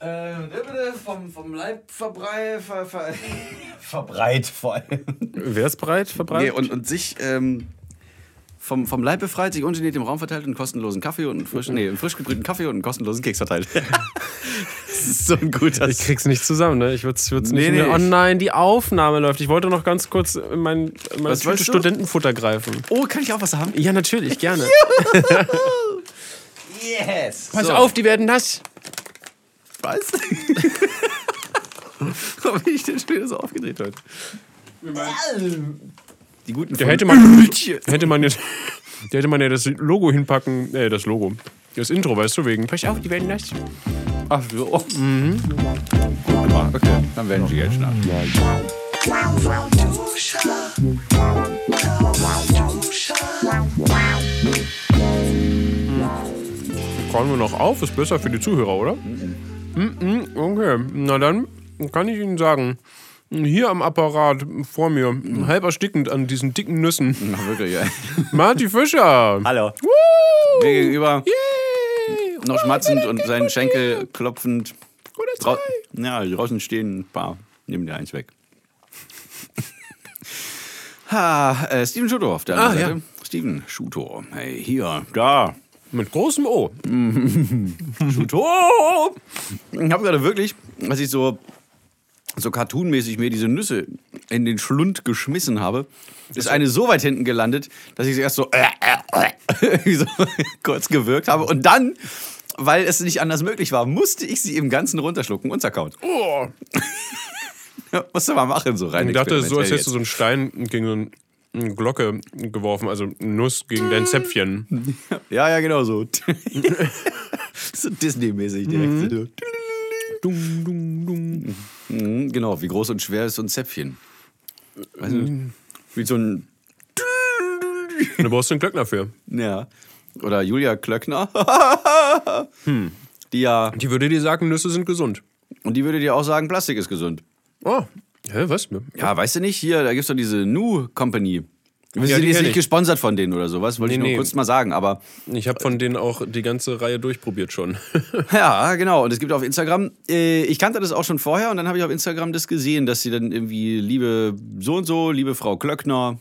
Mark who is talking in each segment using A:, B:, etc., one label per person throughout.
A: Äh, bitte vom, vom Leib verbrei, ver, ver,
B: verbreit vor allem.
C: Wer ist bereit? Verbreitet?
D: Nee, und, und sich ähm, vom, vom Leib befreit, sich ungeniert im Raum verteilt und einen kostenlosen Kaffee und einen frisch, nee, einen frisch gebrühten Kaffee und einen kostenlosen Keks verteilt. das ist so ein guter
C: ich krieg's nicht zusammen, ne? Ich würde es würd's nicht
D: Nee,
C: mehr.
D: nee,
C: Oh
D: ich-
C: nein, die Aufnahme läuft. Ich wollte noch ganz kurz in mein, in mein
D: Was
C: Tüte
D: wolltest du?
C: Studentenfutter greifen.
D: Oh, kann ich auch was haben?
C: Ja, natürlich, gerne.
B: Yes!
C: Pass auf, die werden nass.
D: Was? Warum bin ich denn schon wieder so aufgedreht heute? Die guten
C: Da
D: von-
C: hätte man, hätte man jetzt, da hätte man ja das Logo hinpacken, äh, das Logo, das Intro, weißt du, wegen. Pass auf, die werden nass.
D: Ach, so. Oh. Aber, Okay, dann werden sie jetzt schnappen.
C: Kauen wir noch auf, ist besser für die Zuhörer, oder? Mhm, okay, na dann kann ich Ihnen sagen, hier am Apparat vor mir, halb erstickend an diesen dicken Nüssen,
D: Na, wirklich, ja.
C: Marty Fischer.
B: Hallo.
D: Mir gegenüber,
C: Yay!
D: noch schmatzend und seinen Schenkel klopfend.
C: Oder
D: Drau
C: zwei.
D: ja, draußen stehen ein paar. Nehmen dir eins weg. ha, äh, Steven Schutor auf der anderen
C: Ah, ja.
D: Seite. Steven Schutor. Hey, hier, da.
C: Mit großem O.
D: Schutor! Ich habe gerade wirklich, als ich so, so cartoonmäßig mir diese Nüsse in den Schlund geschmissen habe, ist eine so weit hinten gelandet, dass ich sie erst so, äh, so kurz gewirkt habe. Und dann, weil es nicht anders möglich war, musste ich sie im Ganzen runterschlucken und zerkauen.
C: Oh.
D: Ja, musst du mal machen, so rein.
C: Ich dachte, so
D: experimentell
C: als hättest du so einen Stein gegen so ein- eine Glocke geworfen, also eine Nuss gegen dein Zäpfchen.
D: jetzt. Ja, ja, genau so. so Disney-mäßig
C: Mhm.
D: direkt.
C: Dung, dung, dung.
D: Mhm, genau, wie groß und schwer ist so ein Zäpfchen? Weißt du, wie so ein
C: Du brauchst den Glöckner für.
D: Ja. Oder Julia Klöckner.
C: Hm.
D: Die ja.
C: Die würde dir sagen, Nüsse sind gesund.
D: Und die würde dir auch sagen, Plastik ist gesund.
C: Oh. Hä, was?
D: Ja, weißt du nicht, hier, da gibt's doch diese Nu Company. Wir sind
C: die
D: jetzt
C: kenn
D: nicht
C: ich.
D: gesponsert von denen oder sowas, wollte ich
C: Nee,
D: nur
C: nee.
D: kurz mal sagen, aber.
C: Ich habe
D: Äh.
C: von denen auch die ganze Reihe durchprobiert schon.
D: Ja, genau. Und es gibt auf Instagram, äh, ich kannte das auch schon vorher und dann habe ich auf Instagram das gesehen, dass sie dann irgendwie, liebe so und so, liebe Frau Klöckner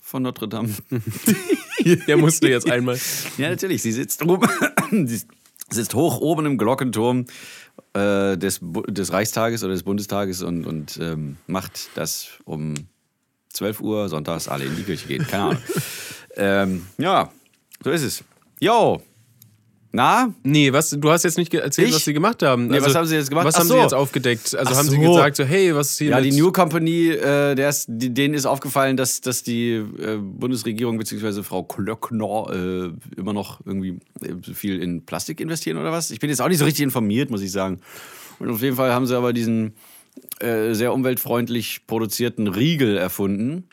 D: von Notre Dame.
C: Der musste jetzt einmal.
D: Ja, natürlich. Sie sitzt oben, sie sitzt hoch oben im Glockenturm äh, des, Bu- des Reichstages oder des Bundestages und, und ähm, macht das um 12 Uhr sonntags alle in die Kirche gehen. Keine Ahnung. ähm, ja, so ist es. Yo! Na?
C: Nee, was? Du hast jetzt nicht ge- erzählt,
D: Ich?
C: was sie gemacht haben. Also,
D: Nee, was haben sie jetzt gemacht?
C: Was
D: Ach
C: haben
D: so.
C: sie jetzt aufgedeckt? Also
D: Ach
C: haben sie
D: so.
C: gesagt, so, hey, was ist hier
D: Ja, die
C: mit-
D: New Company, äh, der ist, die, denen ist aufgefallen, dass, dass die äh, Bundesregierung bzw. Frau Klöckner äh, immer noch irgendwie äh, viel in Plastik investieren oder was. Ich bin jetzt auch nicht so richtig informiert, muss ich sagen. Und auf jeden Fall haben sie aber diesen äh, sehr umweltfreundlich produzierten Riegel erfunden,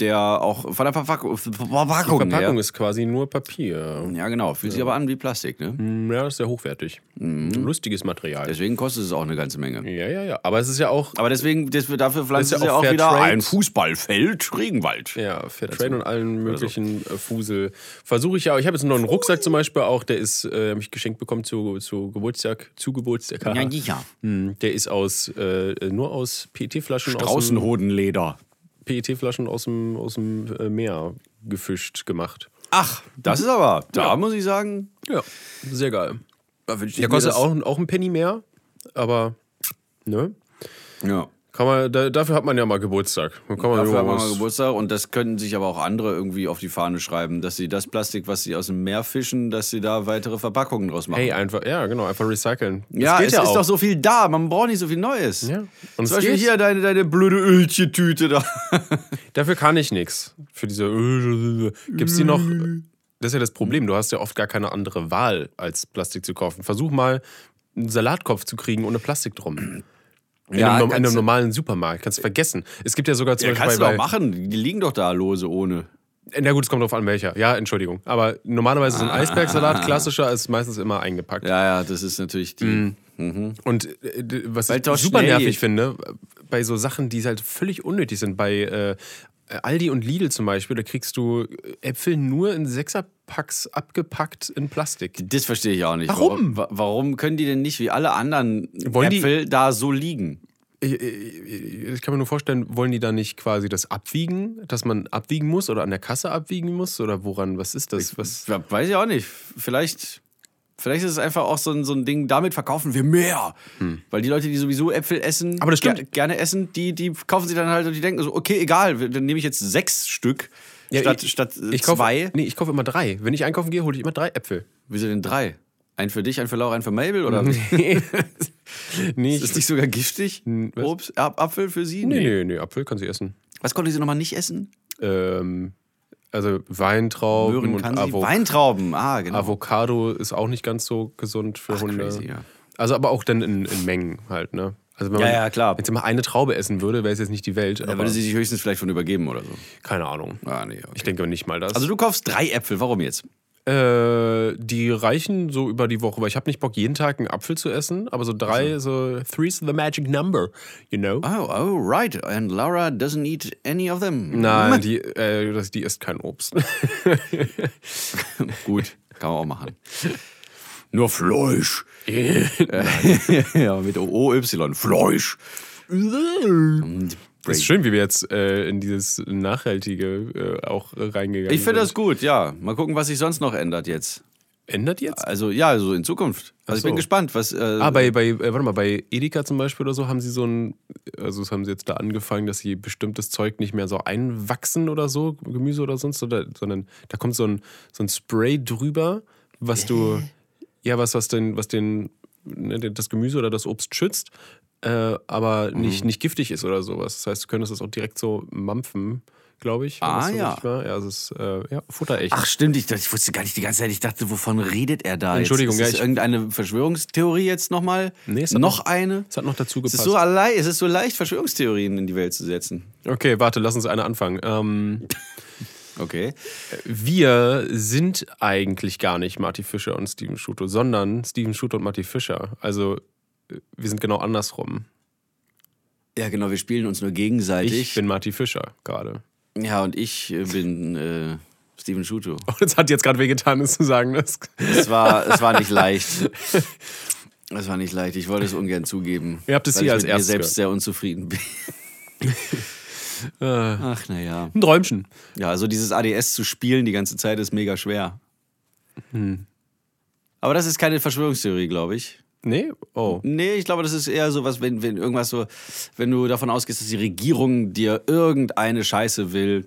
D: der auch von der Verpackung,
C: Die
D: Verpackung
C: Verpackung
D: her.
C: ist quasi nur Papier.
D: Ja, genau. Fühlt sich aber an wie Plastik, ne?
C: Hm, Ja, ist sehr hochwertig.
D: Mhm.
C: Lustiges Material.
D: Deswegen kostet es auch eine ganze Menge.
C: ja, ja, ja. Aber es ist ja auch
D: Aber deswegen, des- dafür pflanzen
C: ja
D: sie
C: auch
D: auch
C: Fair
D: wieder
C: Trade.
D: ein Fußballfeld, Regenwald.
C: Ja,
D: Also
C: Fairtrade und allen möglichen äh, Fusel. Versuche ich ja. Ich habe jetzt noch einen Rucksack zum Beispiel auch, der ist, äh, habe ich geschenkt bekommen zu, zu Geburtstag, zu Geburtstag. haha.
D: ja.
C: Hm, Der ist aus, äh, nur aus PET-Flaschen aus dem,
D: Draußenhodenleder.
C: PET-Flaschen E aus dem, aus dem äh, Meer gefischt gemacht.
D: Ach, das ist aber, da muss ich sagen,
C: Ja, sehr geil.
D: da wünsche ich
C: Der
D: mir
C: kostet
D: das-
C: auch, auch einen Penny mehr, aber ne?
D: Ja.
C: Kann man, da, dafür hat man ja mal Geburtstag. Dann Kann man
D: Dafür
C: ja
D: haben wir mal
C: was-
D: Geburtstag und das könnten sich aber auch andere irgendwie auf die Fahne schreiben, dass sie das Plastik, was sie aus dem Meer fischen, dass sie da weitere Verpackungen draus machen.
C: Hey, einfach, ja, genau, einfach recyceln. Das
D: ja,
C: geht
D: es ist doch so viel da, man braucht nicht so viel Neues.
C: Ja. Und es
D: Zum Beispiel
C: geht.
D: hier deine, deine blöde Ölchetüte da.
C: Dafür kann ich nichts. Für diese. äh, Gibt's die noch. Das ist ja das Problem. Du hast ja oft gar keine andere Wahl, als Plastik zu kaufen. Versuch mal, einen Salatkopf zu kriegen ohne Plastik drum. In,
D: Ja,
C: einem, in
D: kannst
C: einem
D: du-
C: normalen Supermarkt. Kannst du vergessen. Es gibt ja sogar zum
D: Ja, kannst du
C: Beispiel.
D: doch
C: Bei, bei,
D: machen, die liegen doch da lose ohne.
C: na gut, es kommt drauf an, welcher. Ja, Entschuldigung. Aber normalerweise so ein
D: Ah.
C: Eisbergsalat, klassischer, ist meistens immer eingepackt.
D: Ja, ja, das ist natürlich die.
C: Mhm. Und äh, d- was
D: Weil
C: ich
D: doch
C: super
D: schnell
C: nervig
D: geht.
C: finde, bei so Sachen, die halt völlig unnötig sind, bei äh, Aldi und Lidl zum Beispiel, da kriegst du äh, Äpfel nur in Sechserpacks abgepackt in Plastik.
D: Das verstehe ich auch nicht.
C: Warum?
D: Wa- Warum können die denn nicht wie alle anderen
C: Wollen die-
D: Äpfel da so liegen?
C: Ich, äh, ich, ich kann mir nur vorstellen, wollen die da nicht quasi das abwiegen, dass man abwiegen muss oder an der Kasse abwiegen muss oder woran, was ist das? Was?
D: Ja, weiß ich auch nicht. Vielleicht, vielleicht ist es einfach auch so ein, so ein Ding, damit verkaufen wir mehr. Weil die Leute, die sowieso Äpfel essen,
C: Hm. Aber das stimmt.
D: ger- gerne essen, die, die kaufen sie dann halt und die denken so, okay, egal, wir- dann nehme ich jetzt sechs Stück
C: Ja,
D: statt, statt äh,
C: ich kaufe,
D: zwei.
C: Nee, ich kaufe immer drei. Wenn ich einkaufen gehe, hole ich immer drei Äpfel.
D: Wieso denn drei? Ein für dich, ein für Laura, ein für Mabel?
C: Mhm.
D: Oder
C: nee, nee,
D: ist
C: ich,
D: nicht sogar giftig?
C: Hm, was?
D: Obst, Ap- Apfel für sie?
C: nee, nee, nee, Apfel kann sie essen.
D: Was konnte sie nochmal nicht essen?
C: Ähm, also Weintrauben
D: Möhren
C: und
D: kann sie.
C: Avo
D: Weintrauben, ah, genau.
C: Avocado ist auch nicht ganz so gesund für Hunde.
D: crazy, ja.
C: Also aber auch dann in, in Mengen halt, ne? Also wenn
D: Ja,
C: man
D: ja, klar.
C: jetzt immer eine Traube essen würde, wäre es jetzt nicht die Welt.
D: Da
C: Aber
D: würde sie sich höchstens vielleicht von übergeben oder so.
C: keine Ahnung.
D: Ah, nee, okay.
C: Ich denke nicht mal das.
D: Also du kaufst drei Äpfel, warum jetzt?
C: äh, die reichen so über die Woche, weil ich habe nicht Bock, jeden Tag einen Apfel zu essen, aber so drei,
D: Also-
C: so three's the magic number, you know?
D: Oh, oh, right. And Laura doesn't eat any of them.
C: Nein, die, äh, das, die isst kein Obst.
D: Gut, kann man auch machen. Nur Fleisch.
C: ist
D: Äh, ja, mit OY. Fleisch.
C: schön, wie wir jetzt äh, in dieses Nachhaltige äh, auch äh, reingegangen
D: Ich finde
C: sind.
D: das gut, ja. Mal gucken, was sich sonst noch ändert jetzt.
C: Ändert jetzt?
D: Also, ja, also in Zukunft. Also, ich
C: so.
D: bin gespannt, was. Äh,
C: Ah, bei, bei, äh, warte mal, bei Edeka zum Beispiel oder so haben sie so ein, also das haben sie jetzt da angefangen, dass sie bestimmtes Zeug nicht mehr so einwachsen oder so, Gemüse oder sonst, oder, sondern da kommt so ein, so ein Spray drüber, was du, ja, was, was den, was den, ne, den- das Gemüse oder das Obst schützt, äh, aber
D: Mhm.
C: nicht, nicht giftig ist oder sowas. Das heißt, du könntest das auch direkt so mampfen, glaube ich. wenn
D: Ah,
C: das so
D: ja.
C: richtig war. Ja, es ist, äh, ja, futterecht.
D: Ach stimmt, ich, dachte- ich wusste gar nicht die ganze Zeit, ich dachte, wovon redet er da
C: Entschuldigung,
D: jetzt? Ist
C: ja,
D: das
C: ich-
D: irgendeine Verschwörungstheorie jetzt nochmal?
C: Nee, es hat
D: noch
C: noch-
D: eine?
C: Es hat noch dazu
D: Es
C: gepasst.
D: ist, so allein, es ist so leicht, Verschwörungstheorien in die Welt zu setzen.
C: okay, warte, lass uns eine anfangen. Ähm,
D: Okay.
C: Wir sind eigentlich gar nicht Marty Fischer und Steven Schuto, sondern Steven Schuto und Marty Fischer. Also äh, wir sind genau andersrum.
D: Ja, genau, wir spielen uns nur
C: Ich,
D: gegenseitig.
C: bin Marty Fischer gerade.
D: ja, und ich äh, bin äh, Steven Schuto.
C: Oh, das hat jetzt gerade wehgetan, es zu sagen. Das,
D: Es war, es war nicht leicht. Es war nicht leicht. Ich wollte es ungern zugeben.
C: Ihr habt es
D: weil
C: hier
D: ich
C: als
D: mit
C: erstes
D: mir
C: gehört.
D: selbst sehr unzufrieden bin.
C: Ah.
D: Ach, naja.
C: ein Träumchen.
D: Ja, also dieses ADS zu spielen die ganze Zeit ist mega schwer.
C: Hm.
D: Aber das ist keine Verschwörungstheorie, glaube ich.
C: Nee? Oh.
D: Nee, ich glaube, das ist eher so was, wenn, wenn irgendwas so, wenn du davon ausgehst, dass die Regierung dir irgendeine Scheiße will.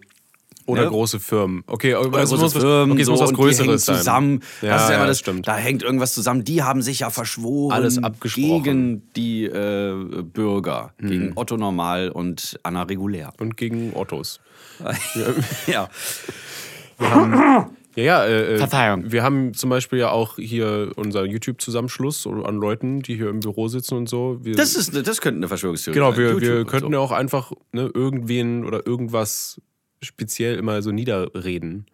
C: Oder
D: Ja.
C: große Firmen. Okay,
D: Oder
C: also
D: große
C: muss was,
D: Firmen,
C: okay, es muss
D: so,
C: was
D: und die hängen
C: Größeres sein.
D: zusammen.
C: Ja,
D: das ist immer
C: ja,
D: das,
C: stimmt.
D: Da hängt irgendwas zusammen. Die haben sich ja verschworen.
C: Alles abgesprochen.
D: Gegen die äh, Bürger. Gegen Otto Normal und Anna Regulär.
C: Und gegen Ottos.
D: ja.
C: Ja, ja. Äh, äh,
D: Verzeihung.
C: Wir haben zum Beispiel ja auch hier unser YouTube-Zusammenschluss an Leuten, die hier im Büro sitzen und so. Wir,
D: Das, ist, ne, das könnte eine Verschwörungstheorie
C: Genau,
D: sein.
C: wir,
D: YouTube
C: wir
D: und
C: könnten
D: so.
C: ja auch einfach ne, irgendwen oder irgendwas speziell immer so niederreden.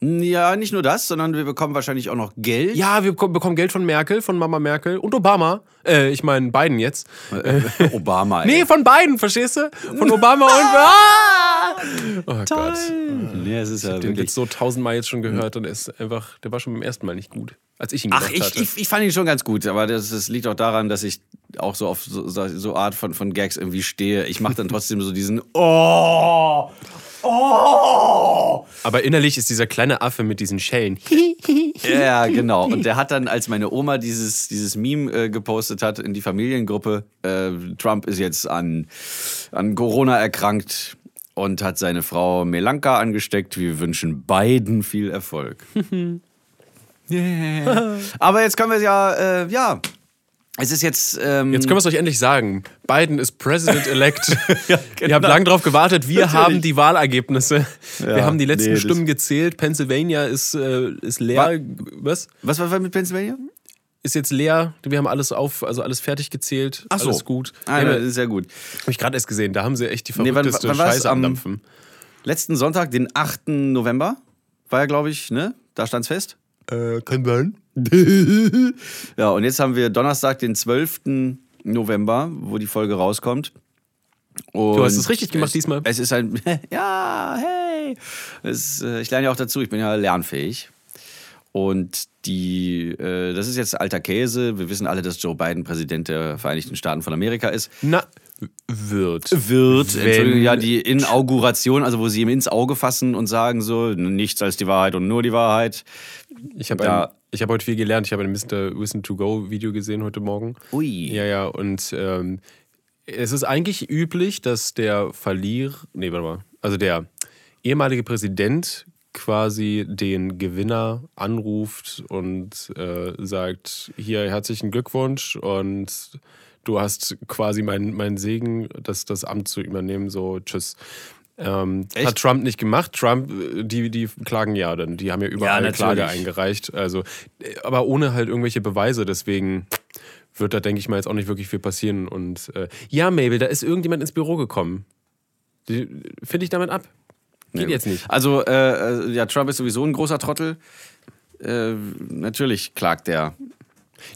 D: Ja, nicht nur das, sondern wir bekommen wahrscheinlich auch noch Geld.
C: Ja, wir beko- bekommen Geld von Merkel, von Mama Merkel und Obama. Äh, ich meine Biden jetzt.
D: Obama.
C: Nee,
D: Ey.
C: von Biden, verstehst du? Von Obama und. Ah! Oh Gott.
D: nee es ist ja
C: Den
D: wirklich
C: jetzt so tausendmal jetzt schon gehört und er ist einfach, der war schon beim ersten Mal nicht gut, als ich ihn
D: Ach,
C: gedacht
D: ich,
C: hatte.
D: ich, ich fand ihn schon ganz gut, aber das, das liegt auch daran, dass ich auch so auf so, so- so Art von, von Gags irgendwie stehe. Ich mache dann trotzdem so diesen Oh! Oh!
C: Aber innerlich ist dieser kleine Affe mit diesen Schellen.
D: Ja, genau. Und der hat dann, als meine Oma dieses, dieses Meme äh, gepostet hat in die Familiengruppe, äh, Trump ist jetzt an, an Corona erkrankt und hat seine Frau Melanka angesteckt. Wir wünschen beiden viel Erfolg. Yeah. Aber jetzt können wir es ja, äh, ja. Es ist jetzt. Ähm,
C: Jetzt können wir es euch endlich sagen. Biden ist President-elect.
D: genau.
C: Ihr habt lange drauf gewartet. Wir haben die Wahlergebnisse. Wir haben die letzten
D: Nee, das-
C: Stimmen gezählt. Pennsylvania ist, äh, ist leer. Was?
D: Was war mit Pennsylvania?
C: Ist jetzt leer. Wir haben alles auf, also alles fertig gezählt.
D: Ach so.
C: Alles gut.
D: Ah,
C: ja,
D: ja,
C: ja,
D: das ist ja gut.
C: Habe ich gerade erst gesehen. Da haben sie echt die
D: Nee, wann-
C: verrückteste
D: wann war's?
C: Scheiße
D: Am-
C: am Dampfen.
D: Letzten Sonntag, den 8. November, war ja, glaube ich, ne? Da stand's fest.
C: Äh, kann sein.
D: ja, und jetzt haben wir Donnerstag, den 12. November, wo die Folge rauskommt. Und
C: hast es richtig gemacht
D: es,
C: diesmal.
D: Es ist ein, ja, hey. Es, äh, ich lerne ja auch dazu, ich bin ja lernfähig. Und die, äh, das ist jetzt alter Käse. Wir wissen alle, dass Joe Biden Präsident der Vereinigten Staaten von Amerika ist.
C: Na, wird.
D: Wird,
C: Wenn-
D: Entschuldigung, ja, die Inauguration, also wo sie ihm ins Auge fassen und sagen so, nichts als die Wahrheit und nur die Wahrheit.
C: Ich habe
D: Da-
C: ein- ich habe heute viel gelernt. Ich habe ein Mr. Wissen to Go Video gesehen heute Morgen.
D: Ui.
C: Ja, ja. Und ähm, es ist eigentlich üblich, dass der Verlierer, nee, warte mal, also der ehemalige Präsident quasi den Gewinner anruft und äh, sagt, hier herzlichen Glückwunsch und du hast quasi meinen meinen Segen, das, das Amt zu übernehmen, so tschüss. Ähm, hat
D: Echt?
C: Trump nicht gemacht. Trump, äh, die, die klagen ja dann. Die haben ja überall
D: natürlich.
C: Klage eingereicht. Also, äh, aber ohne halt irgendwelche Beweise. Deswegen wird da, denke ich mal, jetzt auch nicht wirklich viel passieren. Und äh, ja, Mabel, da ist irgendjemand ins Büro gekommen. Die- Finde ich damit ab. Geht jetzt nicht.
D: Also, äh, äh, ja, Trump ist sowieso ein großer Trottel. Äh, natürlich klagt er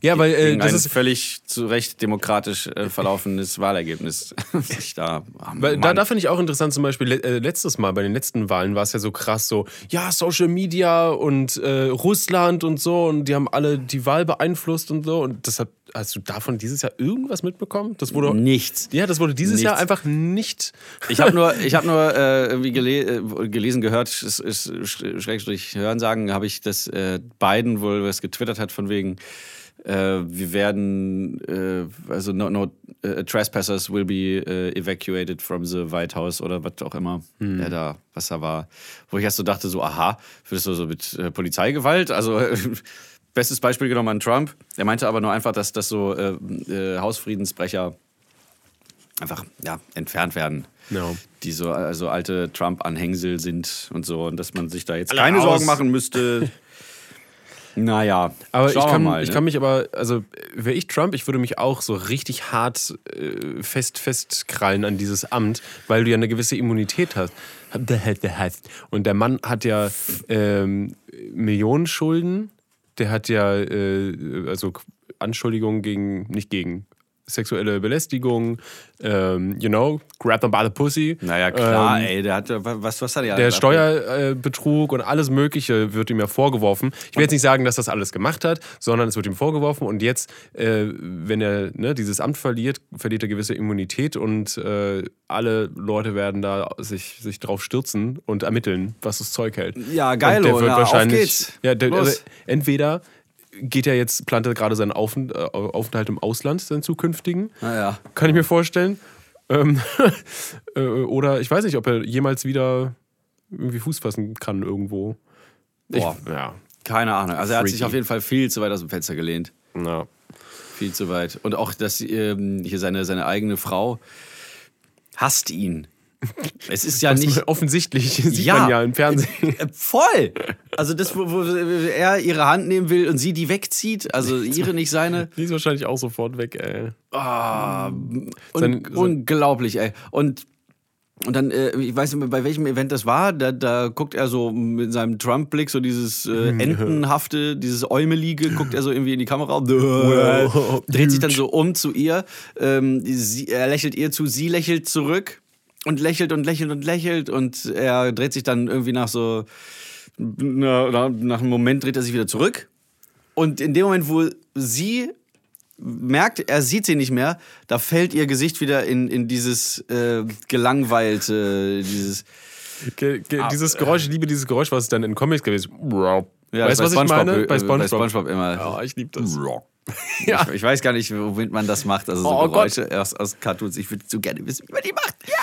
C: Ja, weil äh,
D: gegen
C: das
D: ein
C: ist.
D: völlig zu Recht demokratisch äh, verlaufenes Wahlergebnis. Ich da, ah,
C: Weil da,
D: Mann.
C: da finde ich auch interessant, zum Beispiel le- äh, letztes Mal bei den letzten Wahlen war es ja so krass, so, ja, Social Media und äh, Russland und so und die haben alle die Wahl beeinflusst und so. Und deshalb, hast du davon dieses Jahr irgendwas mitbekommen? Das wurde.
D: nichts.
C: Ja, das wurde dieses
D: Nichts.
C: Jahr einfach nicht.
D: Ich habe nur, ich hab nur äh, irgendwie gele äh, gelesen, gehört, es ist sch- Schrägstrich Hörensagen, habe ich, dass äh, Biden wohl was getwittert hat von wegen, äh, wir werden, äh, also no, no äh, trespassers will be äh, evacuated from the White House oder was auch immer,
C: Hm.
D: der da, was da war. Wo ich erst so dachte, so aha, würdest du so mit äh, Polizeigewalt, also äh, bestes Beispiel genommen an Trump. Er meinte aber nur einfach, dass das so äh, äh, Hausfriedensbrecher einfach ja, entfernt werden.
C: Ja.
D: Die so also alte Trump-Anhängsel sind und so. Und dass man sich da jetzt
C: Alle
D: keine
C: raus.
D: Sorgen machen müsste. naja, schauen
C: Aber ich
D: wir
C: kann,
D: mal,
C: ich
D: ne?
C: kann mich aber, also äh, wäre ich Trump, ich würde mich auch so richtig hart äh, fest festkrallen an dieses Amt, weil du ja eine gewisse Immunität hast. Und der Mann hat ja ähm, Millionen Schulden, der hat ja äh, also Anschuldigungen gegen, nicht gegen sexuelle Belästigung, ähm, you know, grab them by the pussy.
D: Naja, klar,
C: Ähm,
D: ey, der hat ja- was, was hat er
C: der Steuerbetrug und alles Mögliche wird ihm ja vorgeworfen. Ich will jetzt nicht sagen, dass das alles gemacht hat, sondern es wird ihm vorgeworfen. Und jetzt, äh, wenn er ne, dieses Amt verliert, verliert er gewisse Immunität und äh, alle Leute werden da sich, sich drauf stürzen und ermitteln, was das Zeug hält.
D: Ja, geil,
C: Und der wird
D: oder? Auf
C: wahrscheinlich.
D: geht's.
C: Ja, der,
D: Los.
C: also entweder geht er jetzt, plant er gerade seinen Aufent- äh, Aufenthalt im Ausland, seinen zukünftigen.
D: Naja.
C: Kann ich mir vorstellen. Ähm, äh, oder ich weiß nicht, ob er jemals wieder irgendwie Fuß fassen kann irgendwo. Ich,
D: Boah.
C: ja.
D: Keine Ahnung. Also er hat
C: Freaky.
D: sich auf jeden Fall viel zu weit aus dem Fenster gelehnt.
C: ja.
D: Viel zu weit. Und auch, dass ähm, hier seine, seine eigene Frau hasst ihn. Es ist ja nicht
C: Offensichtlich sieht
D: Ja.
C: man ja im Fernsehen.
D: Äh, Voll! Also das, wo, wo er ihre Hand nehmen will und sie die wegzieht, also ihre nicht seine.
C: Die ist wahrscheinlich auch sofort weg, ey.
D: Ah, un
C: Sein- sein-
D: unglaublich, ey. Und, und dann, äh, ich weiß nicht, mehr, bei welchem Event das war, da, da guckt er so mit seinem Trump-Blick, so dieses äh, Entenhafte, dieses Äumelige, guckt er so irgendwie in die Kamera, dreht sich dann so um zu ihr, ähm, sie, er lächelt ihr zu, sie lächelt zurück. Und lächelt und lächelt und lächelt und er dreht sich dann irgendwie nach so, na, na, nach einem Moment dreht er sich wieder zurück. Und in dem Moment, wo sie merkt, er sieht sie nicht mehr, da fällt ihr Gesicht wieder in, in dieses äh, gelangweilte, dieses.
C: Ge ge dieses Geräusch, ich liebe dieses Geräusch, was ist dann in Comics gewesen?
D: Ja,
C: weißt du,
D: das
C: was ich meine?
D: äh,
C: Bei SpongeBob.
D: Bei SpongeBob immer.
C: Ja, ich liebe das.
D: Ich, ich weiß gar nicht, womit man das macht. Also so
C: Oh
D: Geräusche aus, aus Cartoons. Ich würde so gerne wissen, wie man die macht. Ja.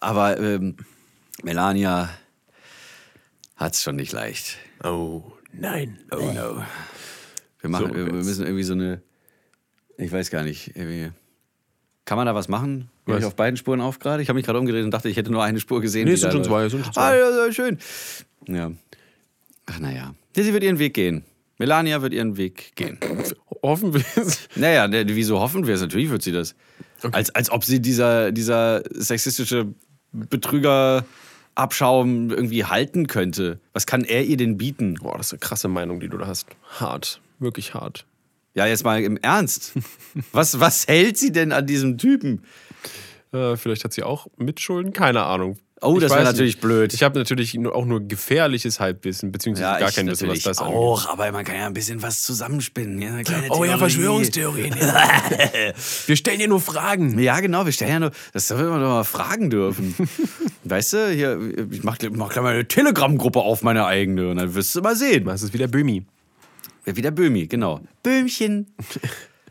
D: Aber ähm, Melania hat's schon nicht leicht.
C: Oh nein.
D: Oh no. Wir, machen,
C: So,
D: wir, wir
C: jetzt.
D: müssen irgendwie so eine. Ich weiß gar nicht. Irgendwie. Kann man da was machen? Bin
C: Was?
D: ich auf beiden Spuren auf gerade? Ich habe mich gerade umgedreht und dachte, ich hätte nur eine Spur gesehen.
C: Nee,
D: die
C: es sind
D: da
C: schon
D: läuft.
C: zwei, es sind schon zwei.
D: Ah, ja, ja, schön. Ja. Ach, naja. Sie wird ihren Weg gehen. Melania wird ihren Weg gehen.
C: Hoffen wir es.
D: Naja, ne, wieso hoffen wir es? Natürlich wird sie das. Als, als ob sie dieser, dieser sexistische Betrüger-Abschaum irgendwie halten könnte. Was kann er ihr denn bieten?
C: Boah, das ist eine krasse Meinung, die du da hast. Hart. Wirklich hart.
D: Ja, jetzt mal im Ernst. Was, was hält sie denn an diesem Typen?
C: Äh, vielleicht hat sie auch Mitschulden, keine Ahnung.
D: Oh,
C: Ich
D: das wär
C: weiß
D: natürlich
C: nicht.
D: blöd.
C: Ich habe natürlich nur- auch nur gefährliches Halbwissen, beziehungsweise gar kein Wissen, was
D: natürlich
C: das angeht.
D: auch, aber man kann ja ein bisschen was zusammenspinnen. Ja, eine kleine
C: Oh ja,
D: Theorie.
C: Verschwörungstheorien. Wir stellen dir nur Fragen.
D: Ja, genau, wir stellen ja nur, das soll man doch mal fragen dürfen. weißt du, hier, ich mach, mach gleich mal eine Telegram-Gruppe auf, meine eigene, und dann wirst du mal sehen.
C: Das ist wieder Bömi.
D: Wieder Böhmi, genau. Böhmchen.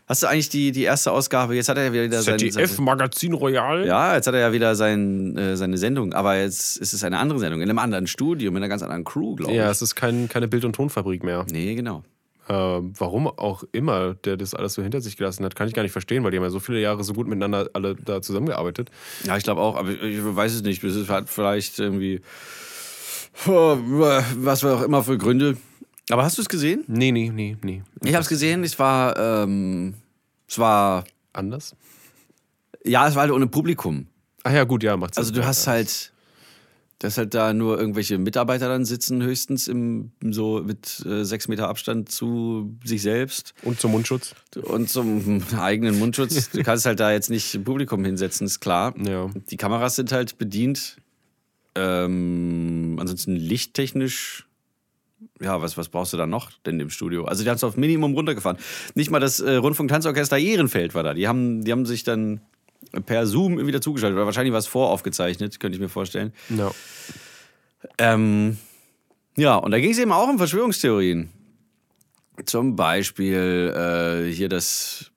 D: Hast du eigentlich die, die erste Ausgabe? Jetzt hat er ja wieder sein,
C: ZDF
D: sein,
C: Magazin Royal.
D: Ja, jetzt hat er ja wieder sein, äh, seine Sendung, aber jetzt ist es eine andere Sendung, in einem anderen Studio, mit einer ganz anderen Crew, glaube ich.
C: Ja, es ist kein, keine Bild- und Tonfabrik mehr.
D: Nee, genau.
C: Äh, warum auch immer der das alles so hinter sich gelassen hat, kann ich gar nicht verstehen, weil die haben ja so viele Jahre so gut miteinander alle da zusammengearbeitet.
D: Ja, ich glaube auch, aber ich, ich weiß es nicht. Es hat vielleicht irgendwie, oh, was auch immer für Gründe. Aber hast du es gesehen?
C: Nee, nee, nee, nee.
D: Ich habe es gesehen, es war, ähm, es war,
C: Anders?
D: ja, es war halt ohne Publikum.
C: Ach ja, gut, ja, macht Sinn.
D: Also du hast halt, dass halt da nur irgendwelche Mitarbeiter dann sitzen höchstens im so mit äh, sechs Meter Abstand zu sich selbst
C: Und zum Mundschutz?
D: und zum eigenen Mundschutz. Du kannst halt da jetzt nicht Publikum hinsetzen, ist klar.
C: Ja.
D: Die Kameras sind halt bedient. Ähm, ansonsten lichttechnisch ja, was, was brauchst du da noch denn im Studio? Also die haben es auf Minimum runtergefahren. Nicht mal das äh, Rundfunk-Tanzorchester Ehrenfeld war da. Die haben, die haben sich dann per Zoom wieder zugeschaltet. Oder wahrscheinlich war es voraufgezeichnet, könnte ich mir vorstellen.
C: Ja.
D: Ähm, ja, und da ging es eben auch um Verschwörungstheorien. Zum Beispiel äh, hier das,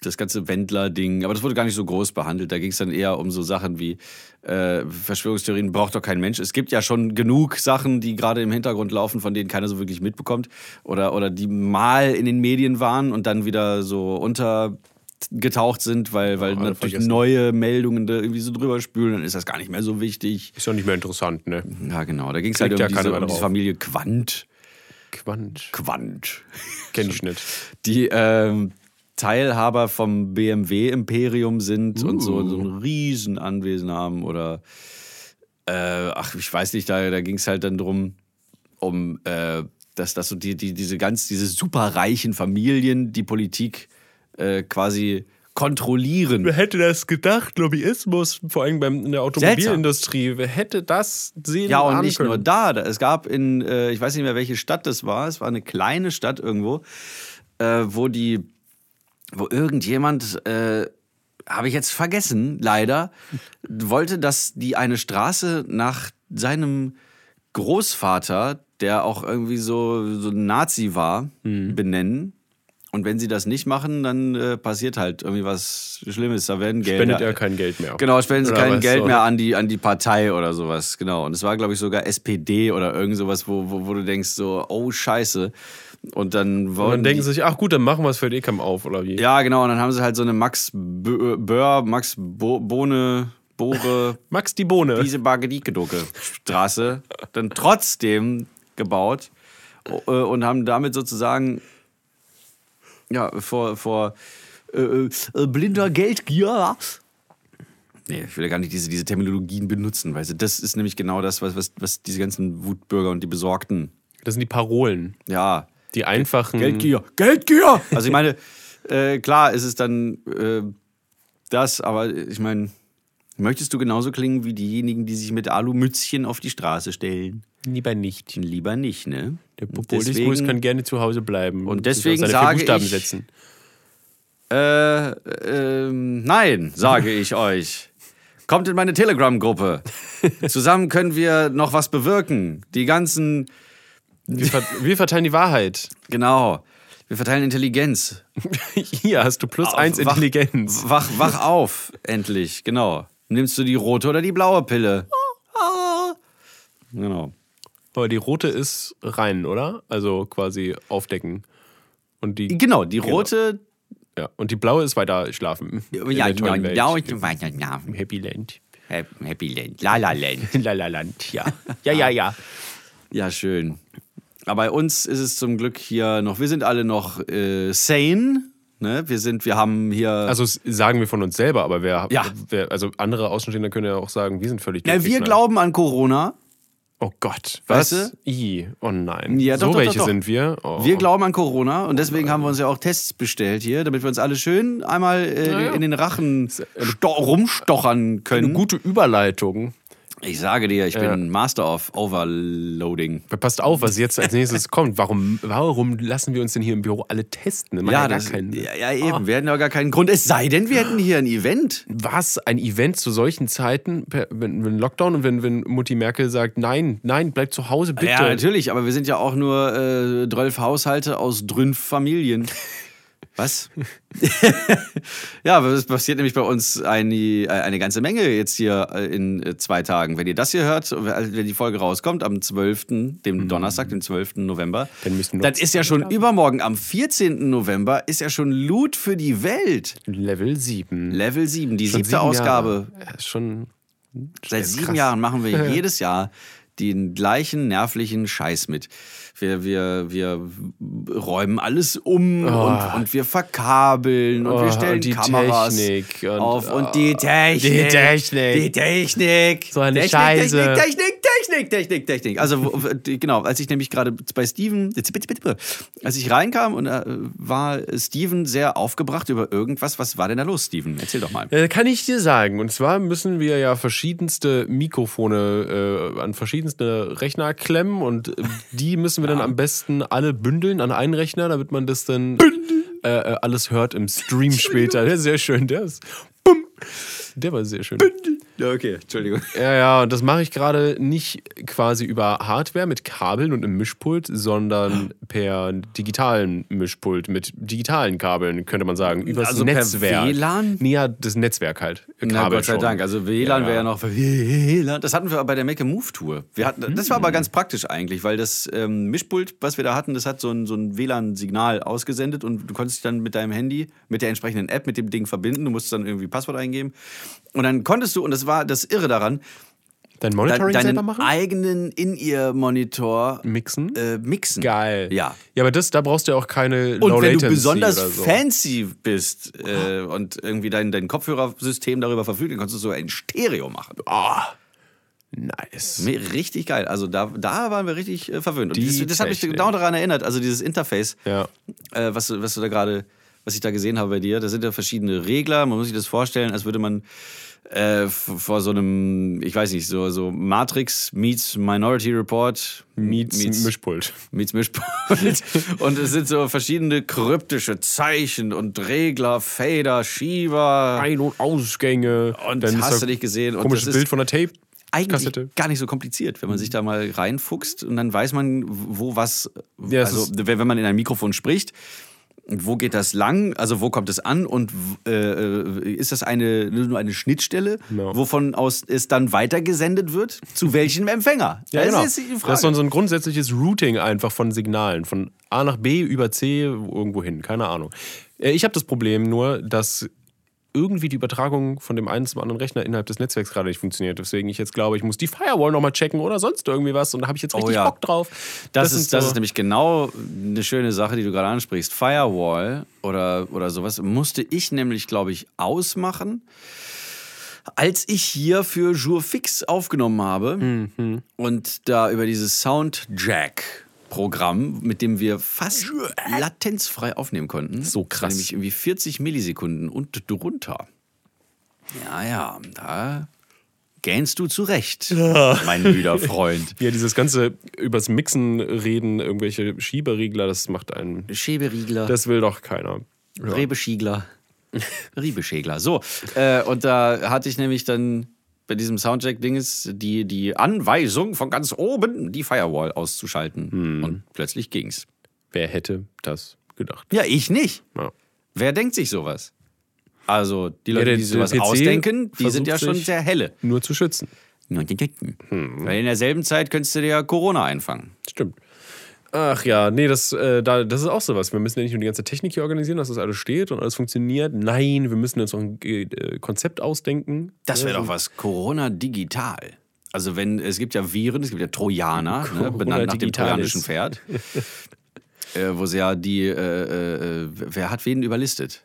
D: das ganze Wendler-Ding, aber das wurde gar nicht so groß behandelt. Da ging es dann eher um so Sachen wie äh, Verschwörungstheorien braucht doch kein Mensch. Es gibt ja schon genug Sachen, die gerade im Hintergrund laufen, von denen keiner so wirklich mitbekommt oder, oder die mal in den Medien waren und dann wieder so untergetaucht sind, weil, weil
C: alle
D: natürlich
C: vergessen.
D: neue Meldungen da irgendwie so drüber spülen, dann ist das gar nicht mehr so wichtig.
C: Ist ja nicht mehr interessant, ne?
D: Ja, genau. Da ging es halt um,
C: Klickt ja keiner
D: diese,
C: mehr
D: um diese
C: drauf.
D: Familie Quandt.
C: Quant.
D: Quandt.
C: Kenn ich nicht.
D: Die ähm, Teilhaber vom BMW-Imperium sind und so, so ein Riesenanwesen haben. Oder, äh, ach, ich weiß nicht, da, da ging es halt dann drum, um, äh, dass, dass so die, die, diese ganz, diese superreichen Familien die Politik äh, quasi kontrollieren.
C: Wer hätte das gedacht? Lobbyismus, vor allem beim, in der Automobilindustrie. Wer hätte das sehen
D: Ja, und
C: ahnen
D: nicht
C: können?
D: nur da. da- Es gab in, äh, ich weiß nicht mehr, welche Stadt das war, es war eine kleine Stadt irgendwo, äh, wo die, wo irgendjemand, äh, habe ich jetzt vergessen, leider, wollte, dass die eine Straße nach seinem Großvater, der auch irgendwie so, so ein Nazi war,
C: Mhm.
D: benennen. Und wenn sie das nicht machen, dann äh, passiert halt irgendwie was Schlimmes. Da werden Gelder.
C: Spendet er kein Geld mehr.
D: Genau, spenden sie
C: Oder
D: kein
C: was,
D: Geld
C: oder?
D: mehr an die, an die Partei oder sowas. Genau. Und es war, glaube ich, sogar SPD oder irgend sowas, wo, wo, wo du denkst, so, oh Scheiße. Und dann
C: Und
D: wollen.
C: dann denken
D: die,
C: sie sich, ach gut, dann machen wir es für den Ekam auf, oder wie?
D: ja, genau. Und dann haben sie halt so eine Max Bö- Böhr, Max Bo Bohne, Bohre,
C: Max die Bohne.
D: diese Bagedikeducke Straße dann trotzdem gebaut äh, und haben damit sozusagen ja vor vor äh, äh, blinder Geldgier Nee, ich will ja gar nicht diese, diese Terminologien benutzen, weil das ist nämlich genau das, was, was, was diese ganzen Wutbürger und die Besorgten,
C: Das sind die Parolen.
D: ja,
C: Die einfachen.
D: Geldgier,
C: Ähm,
D: Geldgier! Also ich meine, äh, klar ist es dann äh, das, aber ich meine, möchtest du genauso klingen wie diejenigen, die sich mit Alumützchen auf die Straße stellen?
C: Lieber nicht.
D: Lieber nicht, ne?
C: Der Populismus
D: Deswegen-
C: kann gerne zu Hause bleiben.
D: Und
C: sich
D: deswegen
C: auf seine
D: sage
C: vier Buchstaben
D: ich-
C: setzen.
D: Äh, ähm, nein, sage ich euch. Kommt in meine Telegram-Gruppe. Zusammen können wir noch was bewirken. Die ganzen,
C: Wir, ver wir verteilen die Wahrheit.
D: genau, wir verteilen Intelligenz.
C: Hier hast du plus eins
D: Wach-
C: Intelligenz.
D: Wach, wach auf, endlich, genau. Nimmst du die rote oder die blaue Pille? Ah. Genau.
C: Aber die rote ist rein, oder? Also quasi aufdecken. Und die,
D: Genau, die rote.
C: ja. Und die blaue ist weiter schlafen. In
D: Ja, genau.
C: der
D: ja,
C: tollen
D: ja, ja,
C: Welt.
D: ja,
C: Im Happy Land.
D: ja. Happy Land, La La Land.
C: Lalaland, ja. Ja, ja, ja.
D: Ja, schön. Aber bei uns ist es zum Glück hier noch, wir sind alle noch äh, sane. Ne? Wir sind, wir haben hier.
C: Also s- sagen wir von uns selber, aber wer,
D: Ja.
C: wer also andere Außenstehende können ja auch sagen, wir sind völlig
D: na, äh, wir
C: durchgeknallt.
D: glauben an Corona.
C: Oh Gott.
D: Weißt
C: was? I. Oh nein.
D: Ja, doch,
C: so
D: doch, doch,
C: welche
D: doch.
C: sind wir? Oh.
D: Wir glauben an Corona und deswegen haben wir uns ja auch Tests bestellt hier, damit wir uns alle schön einmal äh,
C: ja. äh,
D: in den Rachen sto rumstochern
C: Eine
D: können.
C: gute Überleitung.
D: Ich sage dir, ich
C: Ja.
D: bin Master of Overloading.
C: Passt auf, was jetzt als nächstes kommt. Warum, warum lassen wir uns denn hier im Büro alle testen? Man hat
D: Ja,
C: gar
D: das,
C: keinen- Ah.
D: ja, ja, eben. Wir hätten ja gar keinen Grund. Es sei denn, wir hätten hier ein Event.
C: Was? Ein Event zu solchen Zeiten, per- wenn, wenn Lockdown und wenn, wenn Mutti Merkel sagt, nein, nein, bleib zu Hause, bitte.
D: Ja, natürlich, aber wir sind ja auch nur äh, 12 Haushalte aus drünf Familien. Was? ja, aber es passiert nämlich bei uns eine, äh, eine ganze Menge jetzt hier äh, in äh, zwei Tagen. Wenn ihr das hier hört, also wenn die Folge rauskommt, am 12., dem Donnerstag, dem 12. November,
C: Mhm. Dann müssen nur
D: dann ist ja schon übermorgen, am 14. November, ist ja schon Loot für die Welt.
C: Level 7.
D: Level 7, die
C: Schon
D: siebte
C: sieben
D: Ausgabe.
C: Jahre. Ja, schon
D: Seit
C: ist
D: sieben
C: krass.
D: Jahren machen wir jedes Jahr den gleichen nervlichen Scheiß mit. Wir, wir, wir räumen alles um und, und wir verkabeln und
C: Oh,
D: wir stellen
C: und die
D: Kameras
C: Technik und- oh.
D: auf und die Technik.
C: die Technik.
D: Die Technik.
C: So eine
D: Technik,
C: Scheiße.
D: Technik, Technik, Technik, Technik, Technik. Also wo- wo- die- genau, als ich nämlich gerade bei Steven, als ich reinkam und äh, war Steven sehr aufgebracht über irgendwas. Was war denn da los, Steven? Erzähl doch mal.
C: Äh, Kann ich dir sagen. Und zwar müssen wir ja verschiedenste Mikrofone äh, an verschiedenste Rechner klemmen und äh, die müssen wir dann am besten alle bündeln an einen Rechner, damit man das dann äh, äh, alles hört im Stream später. Der ist sehr schön. Der ist. Bumm. Der war sehr schön.
D: Ja, okay, Entschuldigung.
C: Ja, ja, und das mache ich gerade nicht quasi über Hardware mit Kabeln und einem Mischpult, sondern per digitalen Mischpult mit digitalen Kabeln, könnte man sagen, über
D: Also per
C: das Netzwerk.
D: WLAN?
C: Nee, ja, das Netzwerk halt.
D: Na,
C: Kabel
D: Gott sei
C: schon.
D: Dank. Also WLAN
C: Ja,
D: wäre ja
C: ja.
D: noch WLAN. Das hatten wir bei der Make a Move Tour. Wir hatten, das war
C: Mhm.
D: aber ganz praktisch eigentlich, weil das ähm, Mischpult, was wir da hatten, das hat so ein, so ein WLAN-Signal ausgesendet und du konntest dich dann mit deinem Handy, mit der entsprechenden App, mit dem Ding verbinden. Du musstest dann irgendwie Passwort eingeben. Und dann konntest du, und das war das Irre daran,
C: Dein
D: de
C: Monitoring selber
D: deinen
C: machen?
D: eigenen In-Ear-Monitor
C: Mixen?
D: äh, mixen.
C: Geil.
D: Ja.
C: Ja, aber das, da brauchst du ja auch keine
D: Und
C: Low
D: wenn du
C: Latency
D: besonders
C: oder so.
D: fancy bist äh, und irgendwie dein, dein Kopfhörersystem darüber verfügt, dann kannst du so ein Stereo machen.
C: Ah, Nice.
D: Nee, Richtig geil. Also da, da waren wir richtig äh, verwöhnt. Und
C: Die
D: das, das hat mich
C: Technik.
D: genau daran erinnert. Also dieses Interface,
C: Ja.
D: äh, was, du- was du da gerade, was ich da gesehen habe bei dir, da sind ja verschiedene Regler. Man muss sich das vorstellen, als würde man äh, f- vor so einem, ich weiß nicht, so, so Matrix meets Minority Report
C: Meets, Mischpult.
D: Meets Mischpult. Und es sind so verschiedene kryptische Zeichen und Regler, Fader, Schieber.
C: Ein- und Ausgänge.
D: Und
C: dann ist
D: hast
C: da
D: du nicht gesehen. Und
C: Komisches
D: das ist
C: Bild von der Tape.
D: Eigentlich
C: Kassette. Mhm.
D: gar nicht so kompliziert, wenn man sich da mal reinfuchst und dann weiß man, wo was.
C: Ja, es
D: also,
C: ist-
D: wenn wenn man in ein Mikrofon spricht, wo geht das lang? Also, wo kommt es an? Und äh, äh, ist das eine, nur eine Schnittstelle,
C: No.
D: wovon aus es dann weitergesendet wird? Zu welchem Empfänger?
C: Ja, genau.
D: ist die
C: Das ist
D: Frage.
C: so ein- so ein grundsätzliches Routing einfach von Signalen. Von A nach B über C irgendwo hin. Keine Ahnung. Äh, Ich habe das Problem nur, dass irgendwie die Übertragung von dem einen zum anderen Rechner innerhalb des Netzwerks gerade nicht funktioniert. Deswegen ich jetzt glaube, ich muss die Firewall nochmal checken oder sonst irgendwie was. Und da habe ich jetzt richtig
D: Oh ja.
C: Bock drauf.
D: Das,
C: sind
D: ist, das
C: so-
D: ist nämlich genau eine schöne Sache, die du gerade ansprichst. Firewall oder, oder sowas musste ich nämlich, glaube ich, ausmachen, als ich hier für Jour Fix aufgenommen habe
C: Mhm.
D: und da über dieses Soundjack. Programm, mit dem wir fast latenzfrei aufnehmen konnten.
C: So krass.
D: Nämlich irgendwie 40 Millisekunden und drunter. Ja, ja, da gähnst du zurecht, mein müder Freund.
C: Ja, dieses ganze übers Mixen reden, irgendwelche Schieberegler, das macht einen.
D: Schäberiegler.
C: Das will doch keiner.
D: Ja. Rebeschigler. Rebeschegler. So, äh, und da hatte ich nämlich dann bei diesem Soundcheck-Dinges die, die Anweisung von ganz oben, die Firewall auszuschalten. Und plötzlich ging's.
C: Wer hätte das gedacht?
D: Ja, ich nicht.
C: Ja.
D: Wer denkt sich sowas? Also, die Leute,
C: der-
D: die sowas
C: der PC
D: ausdenken, die sind ja
C: versucht
D: schon
C: sich-
D: sehr helle.
C: Nur zu schützen.
D: Weil in derselben Zeit könntest du dir ja Corona einfangen.
C: Stimmt. Ach ja, nee, das, äh, da, das ist auch sowas. Wir müssen ja nicht nur die ganze Technik hier organisieren, dass das alles steht und alles funktioniert. Nein, wir müssen uns auch ein äh, Konzept ausdenken. Ähm,
D: Das wäre doch was. Corona digital. Also wenn, es gibt ja Viren, es gibt ja Trojaner, ne, benannt nach dem
C: digitalis.
D: trojanischen Pferd. äh, wo sie ja die, äh, äh, äh, wer hat wen überlistet?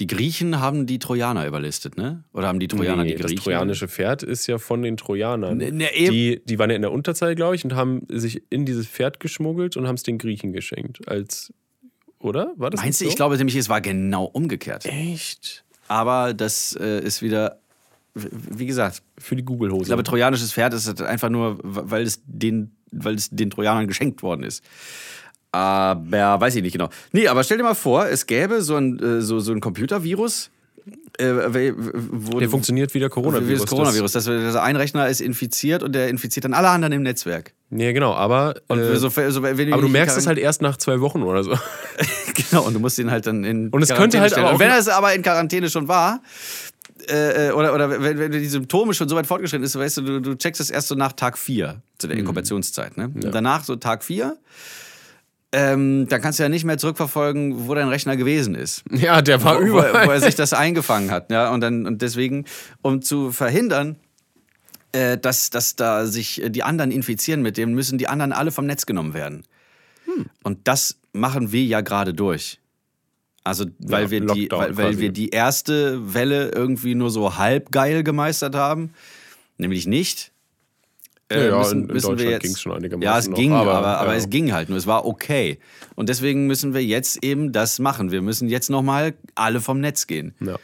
D: Die Griechen haben die Trojaner überlistet, ne? Oder haben die Trojaner die
C: das
D: Griechen?
C: trojanische Pferd ist ja von den Trojanern.
D: Ne, ne, eben.
C: Die, die waren ja in der Unterzahl, glaube ich, und haben sich in dieses Pferd geschmuggelt und haben es den Griechen geschenkt. Als, oder? War das
D: Meinst du,
C: nicht
D: ich
C: so?
D: glaube nämlich, es war genau umgekehrt.
C: Äh. Echt?
D: Aber das äh, ist wieder, w- wie gesagt,
C: Für die Google-Hose.
D: ich glaube, trojanisches Pferd ist halt einfach nur, w- weil es den, weil es den Trojanern geschenkt worden ist. Aber weiß ich nicht genau. Nee, aber stell dir mal vor, es gäbe so ein, äh, so, so ein Computervirus, äh, wel- wo
C: der funktioniert wie der Coronavirus.
D: Also Wie das Coronavirus. Das, dass ein Rechner ist infiziert und der infiziert dann alle anderen im Netzwerk.
C: Nee, genau, aber.
D: Und
C: äh,
D: so, so, wenn
C: aber du
D: nicht
C: merkst
D: in
C: es halt erst nach zwei Wochen oder so.
D: Genau, und du musst ihn halt dann in
C: Und es
D: Quarantäne
C: könnte halt
D: stellen.
C: aber
D: Und
C: auch-
D: wenn er es aber in Quarantäne schon war, äh, äh, oder, oder wenn, wenn die Symptome schon so weit fortgeschritten ist, weißt du, du, du checkst das erst so nach Tag 4, zu
C: Mhm.
D: der Inkubationszeit. Ne? Und danach so Tag 4, ähm, dann kannst du ja nicht mehr zurückverfolgen, wo dein Rechner gewesen ist.
C: ja, der war
D: Wo, wo,
C: überall.
D: er- wo er sich das eingefangen hat. Ja? Und, dann, und deswegen, um zu verhindern, äh, dass, dass da sich äh, die anderen infizieren mit dem, müssen die anderen alle vom Netz genommen werden.
C: Hm.
D: Und das machen wir ja gerade durch. Also, weil,
C: Ja,
D: wir, die,
C: Lockdown
D: weil, weil
C: quasi.
D: wir die erste Welle irgendwie nur so halb geil gemeistert haben, nämlich nicht. Äh,
C: Ja, ja, in- in Deutschland ging's schon einigermaßen
D: Ja, es
C: noch,
D: ging, aber,
C: aber-
D: aber,
C: ja.
D: es ging halt nur, es war okay. Und deswegen müssen wir jetzt eben das machen. Wir müssen jetzt nochmal alle vom Netz gehen
C: ja.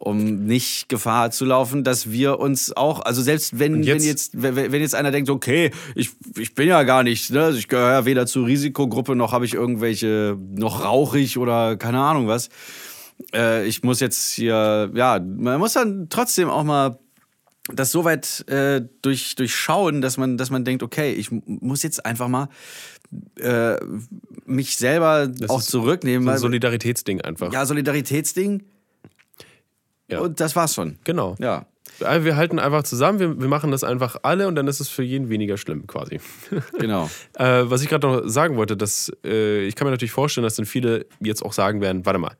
D: um nicht Gefahr zu laufen, dass wir uns auch, also selbst wenn
C: Und
D: jetzt,
C: jetzt-
D: wenn jetzt, wenn- wenn jetzt einer denkt, okay, ich, ich bin ja gar nicht, ne, also ich gehöre ja weder zur Risikogruppe noch habe ich irgendwelche, noch rauchig oder keine Ahnung was. Äh, ich muss jetzt hier, ja, man muss dann trotzdem auch mal das so weit äh, durch, durchschauen, dass man, dass man denkt, okay, ich mu- muss jetzt einfach mal äh, mich selber auch
C: ist
D: zurücknehmen.
C: So ein
D: Weil,
C: Solidaritätsding einfach.
D: Also- ja, Solidaritätsding.
C: Ja.
D: Und das war's schon.
C: Genau.
D: Ja.
C: Ja, Wir halten einfach zusammen, wir, wir machen das einfach alle und dann ist es für jeden weniger schlimm quasi.
D: Genau.
C: Äh, was ich gerade noch sagen wollte, dass äh, ich kann mir natürlich vorstellen, dass dann viele jetzt auch sagen werden, warte mal,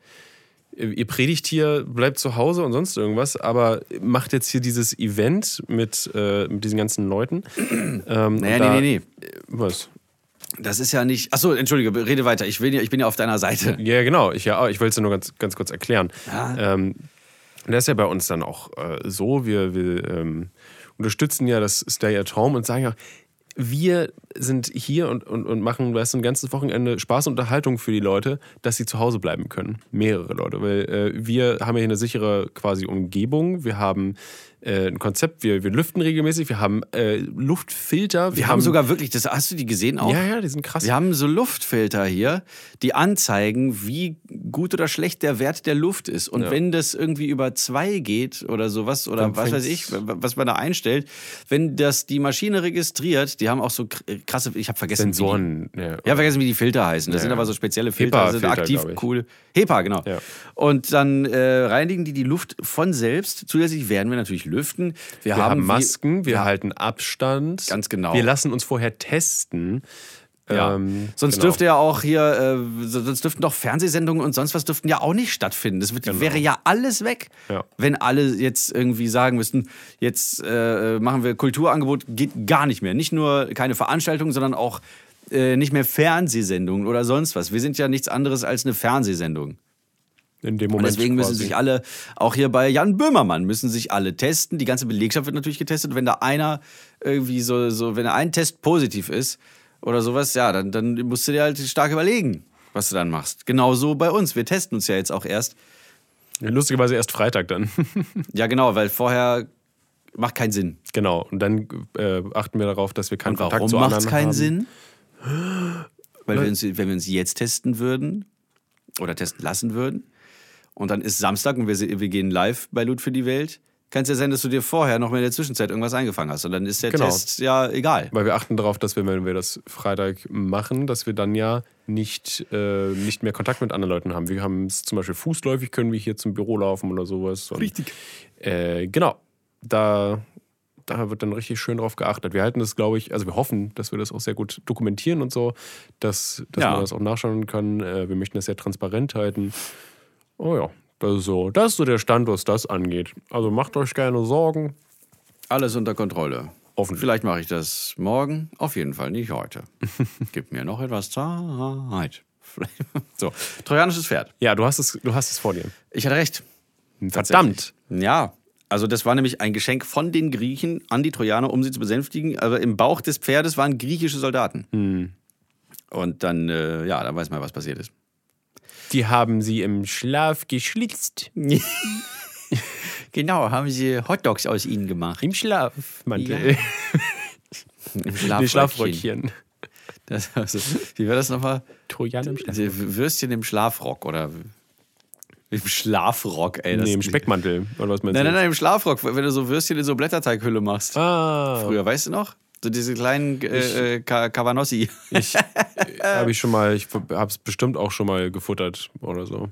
C: äh, ihr predigt hier, bleibt zu Hause und sonst irgendwas, aber macht jetzt hier dieses Event mit, äh, mit diesen ganzen Leuten. Ähm,
D: Naja,
C: da-
D: nee, nee,
C: Was?
D: Das ist ja nicht. Achso, entschuldige, rede weiter. Ich, will, ja- ich bin ja auf deiner Seite.
C: Ja, genau. Ich, ja, auch. ich will es nur ganz, ganz kurz erklären. Ähm, das ist ja bei uns dann auch äh, so. Wir, wir ähm, unterstützen ja das Stay at Home und sagen ja, wir sind hier und, und, und machen weißt, du, ein ganzes Wochenende Spaß und Unterhaltung für die Leute, dass sie zu Hause bleiben können. Mehrere Leute. Weil äh, wir haben ja hier eine sichere quasi Umgebung. Wir haben äh, ein Konzept. Wir, wir lüften regelmäßig. Wir haben äh, Luftfilter.
D: Wir haben sogar wirklich, das hast du die gesehen auch?
C: Ja, ja, die sind krass.
D: Wir haben so Luftfilter hier, die anzeigen, wie gut oder schlecht der Wert der Luft ist. Und wenn das irgendwie über zwei geht oder sowas oder
C: Dann
D: was weiß ich,
C: fängt's-
D: was man da einstellt, wenn das die Maschine registriert, die haben auch so kr- krasse, ich habe vergessen, wie die-
C: Sensoren. Ja,
D: Ja, vergessen, wie die Filter heißen. Das sind
C: ja.
D: aber so spezielle Filter, also sind
C: HEPA Filter,
D: aktiv
C: glaub ich.
D: cool. HEPA, genau.
C: Ja.
D: Und dann äh, reinigen die die Luft von selbst. Zusätzlich werden wir natürlich lüften. Wir,
C: Wir haben
D: wie-
C: Masken, wir halten Abstand.
D: Ganz genau.
C: Wir lassen uns vorher testen.
D: Ja.
C: Ähm,
D: sonst
C: genau.
D: dürfte ja auch hier, äh, so- sonst dürften doch Fernsehsendungen und sonst was dürften ja auch nicht stattfinden. Das wird, wäre ja alles weg,
C: Genau. Ja.
D: wenn alle jetzt irgendwie sagen müssten, jetzt äh, machen wir Kulturangebot, geht gar nicht mehr. Nicht nur keine Veranstaltungen, sondern auch äh, nicht mehr Fernsehsendungen oder sonst was. Wir sind ja nichts anderes als eine Fernsehsendung.
C: in dem
D: Und
C: Moment.
D: deswegen müssen
C: quasi.
D: sich alle, auch hier bei Jan Böhmermann, müssen sich alle testen. Die ganze Belegschaft wird natürlich getestet. Wenn da einer irgendwie so, so wenn ein Test positiv ist oder sowas, ja, dann, dann musst du dir halt stark überlegen, was du dann machst. Genauso bei uns. Wir testen uns ja jetzt auch erst.
C: Lustigerweise erst Freitag dann.
D: Ja, genau, weil vorher macht keinen Sinn.
C: genau. Und dann äh, achten wir darauf, dass wir keinen
D: Und
C: Kontakt
D: warum
C: zu
D: macht
C: anderen
D: es keinen
C: haben.
D: Sinn? Weil wir uns, wenn wir uns jetzt testen würden oder testen lassen würden und dann ist Samstag und wir, se- wir gehen live bei Loot für die Welt, kann es ja sein, dass du dir vorher noch mal in der Zwischenzeit irgendwas eingefangen hast und dann ist der
C: Genau.
D: Test ja egal.
C: Weil wir achten darauf, dass wir, wenn wir das Freitag machen, dass wir dann ja nicht, äh, nicht mehr Kontakt mit anderen Leuten haben. Wir haben es zum Beispiel fußläufig, können wir hier zum Büro laufen oder sowas. Und, richtig. Äh, genau. Da, da wird dann richtig schön drauf geachtet. Wir halten das, glaube ich, also wir hoffen, dass wir das auch sehr gut dokumentieren und so, dass, dass
D: Ja.
C: man das auch nachschauen kann. Äh, wir möchten das sehr transparent halten. Oh ja. Das ist, so, das ist so der Stand, was das angeht. Also macht euch keine Sorgen.
D: Alles unter Kontrolle.
C: Hoffentlich.
D: Vielleicht mache ich das morgen, auf jeden Fall nicht heute. Gib mir noch etwas Zeit. Vielleicht- so, trojanisches Pferd.
C: Ja, du hast es, du hast es vor dir.
D: Ich hatte recht.
C: Verdammt.
D: Ja, also das war nämlich ein Geschenk von den Griechen an die Trojaner, um sie zu besänftigen. Aber im Bauch des Pferdes waren griechische Soldaten. Und dann, äh, ja, dann weiß man, was passiert ist.
C: Die haben sie im Schlaf geschlitzt.
D: Genau, haben sie Hotdogs aus ihnen gemacht.
C: Im Schlafmantel.
D: Im
C: Ja. Nee, Schlafröckchen.
D: Das, also, wie war das nochmal?
C: Trojan im Schlaf.
D: Also, Würstchen im Schlafrock oder im Schlafrock, ey. Das
C: Nee, im Speckmantel. Oder was
D: Nein,
C: meinst du?
D: nein, nein, im Schlafrock, wenn du so Würstchen in so Blätterteighülle machst.
C: Ah,
D: Früher, weißt du noch? So diese kleinen äh, äh, Ka- Cabanossi.
C: ich habe ich schon mal, ich habe es bestimmt auch schon mal gefuttert oder so.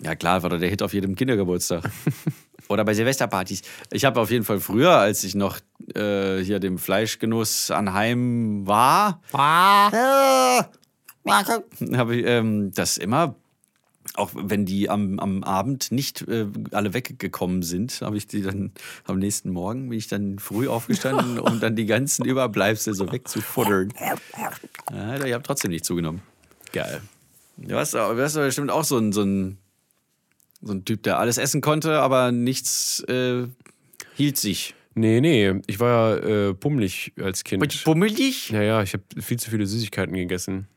D: Ja, klar, war doch der Hit auf jedem Kindergeburtstag. Oder bei Silvesterpartys. Ich habe auf jeden Fall früher, als ich noch äh, hier dem Fleischgenuss anheim war, Ah. habe ich ähm, das immer, auch wenn die am, am Abend nicht äh, alle weggekommen sind, habe ich die dann am nächsten Morgen, bin ich dann früh aufgestanden, um dann die ganzen Überbleibsel so wegzufuttern. Ja, ich habe trotzdem nicht zugenommen.
C: Geil.
D: Du hast, du hast aber bestimmt auch so ein, so, ein, so ein Typ, der alles essen konnte, aber nichts äh, hielt sich.
C: Nee, nee, ich war ja äh, pummelig als Kind.
D: Bummelig?
C: Ja, ja, ich habe viel zu viele Süßigkeiten gegessen.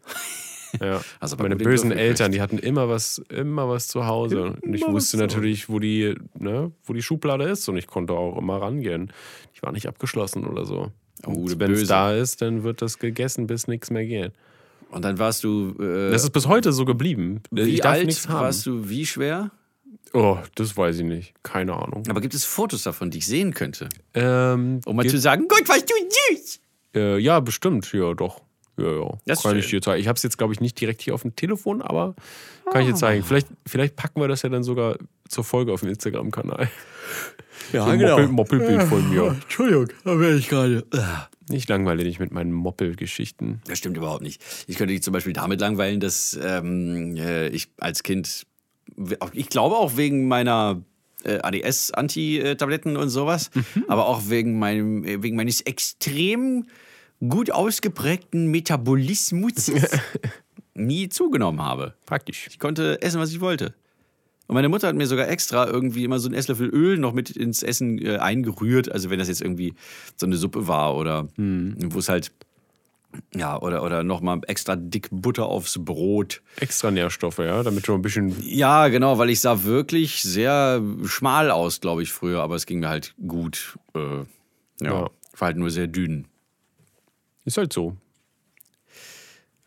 C: Ja.
D: Also bei
C: meine
D: Pudding
C: bösen
D: dürfen wir
C: Eltern, die hatten immer was, immer was zu Hause. Und ich wusste natürlich, wo die, ne, wo die Schublade ist und ich konnte auch immer rangehen. Ich war nicht abgeschlossen oder so.
D: Oh,
C: Und
D: du
C: Wenn es
D: Böse.
C: da ist, dann wird das gegessen, bis nichts mehr geht.
D: Und dann warst du. Äh,
C: Das ist bis heute so geblieben.
D: wie
C: ich darf
D: alt
C: nichts haben.
D: warst du? Wie schwer?
C: Oh, das weiß ich nicht. Keine Ahnung.
D: Aber gibt es Fotos davon, die ich sehen könnte?
C: Ähm,
D: Um mal zu sagen, Gott, was du süß!
C: äh, ja, bestimmt. Ja, doch. Ja, ja.
D: Das ist
C: kann ich
D: schön.
C: dir zeigen. Ich habe es jetzt, glaube ich, nicht direkt hier auf dem Telefon, aber kann ich
D: Ah.
C: dir zeigen. Vielleicht, vielleicht packen wir das ja dann sogar zur Folge auf dem Instagram-Kanal.
D: Ja, genau.
C: So ein Moppel, Moppelbild von mir.
D: Entschuldigung, da wäre ich gerade.
C: Ich langweile dich mit meinen Moppelgeschichten.
D: Das stimmt überhaupt nicht. Ich könnte dich zum Beispiel damit langweilen, dass ähm, äh, ich als Kind, ich glaube auch wegen meiner äh, ADS-Anti-Tabletten und sowas, aber auch wegen, meinem, äh, wegen meines extrem gut ausgeprägten Metabolismus nie zugenommen habe.
C: Praktisch.
D: Ich konnte essen, was ich wollte. Und meine Mutter hat mir sogar extra irgendwie immer so einen Esslöffel Öl noch mit ins Essen äh, eingerührt. Also wenn das jetzt irgendwie so eine Suppe war oder wo es halt, ja, oder, oder nochmal extra dick Butter aufs Brot.
C: Extra Nährstoffe, ja, damit du ein bisschen.
D: Ja, genau, weil ich sah wirklich sehr schmal aus, glaube ich, früher. Aber es ging mir halt gut. Äh, ja,
C: Ja.
D: war halt nur sehr dünn.
C: Ist halt so.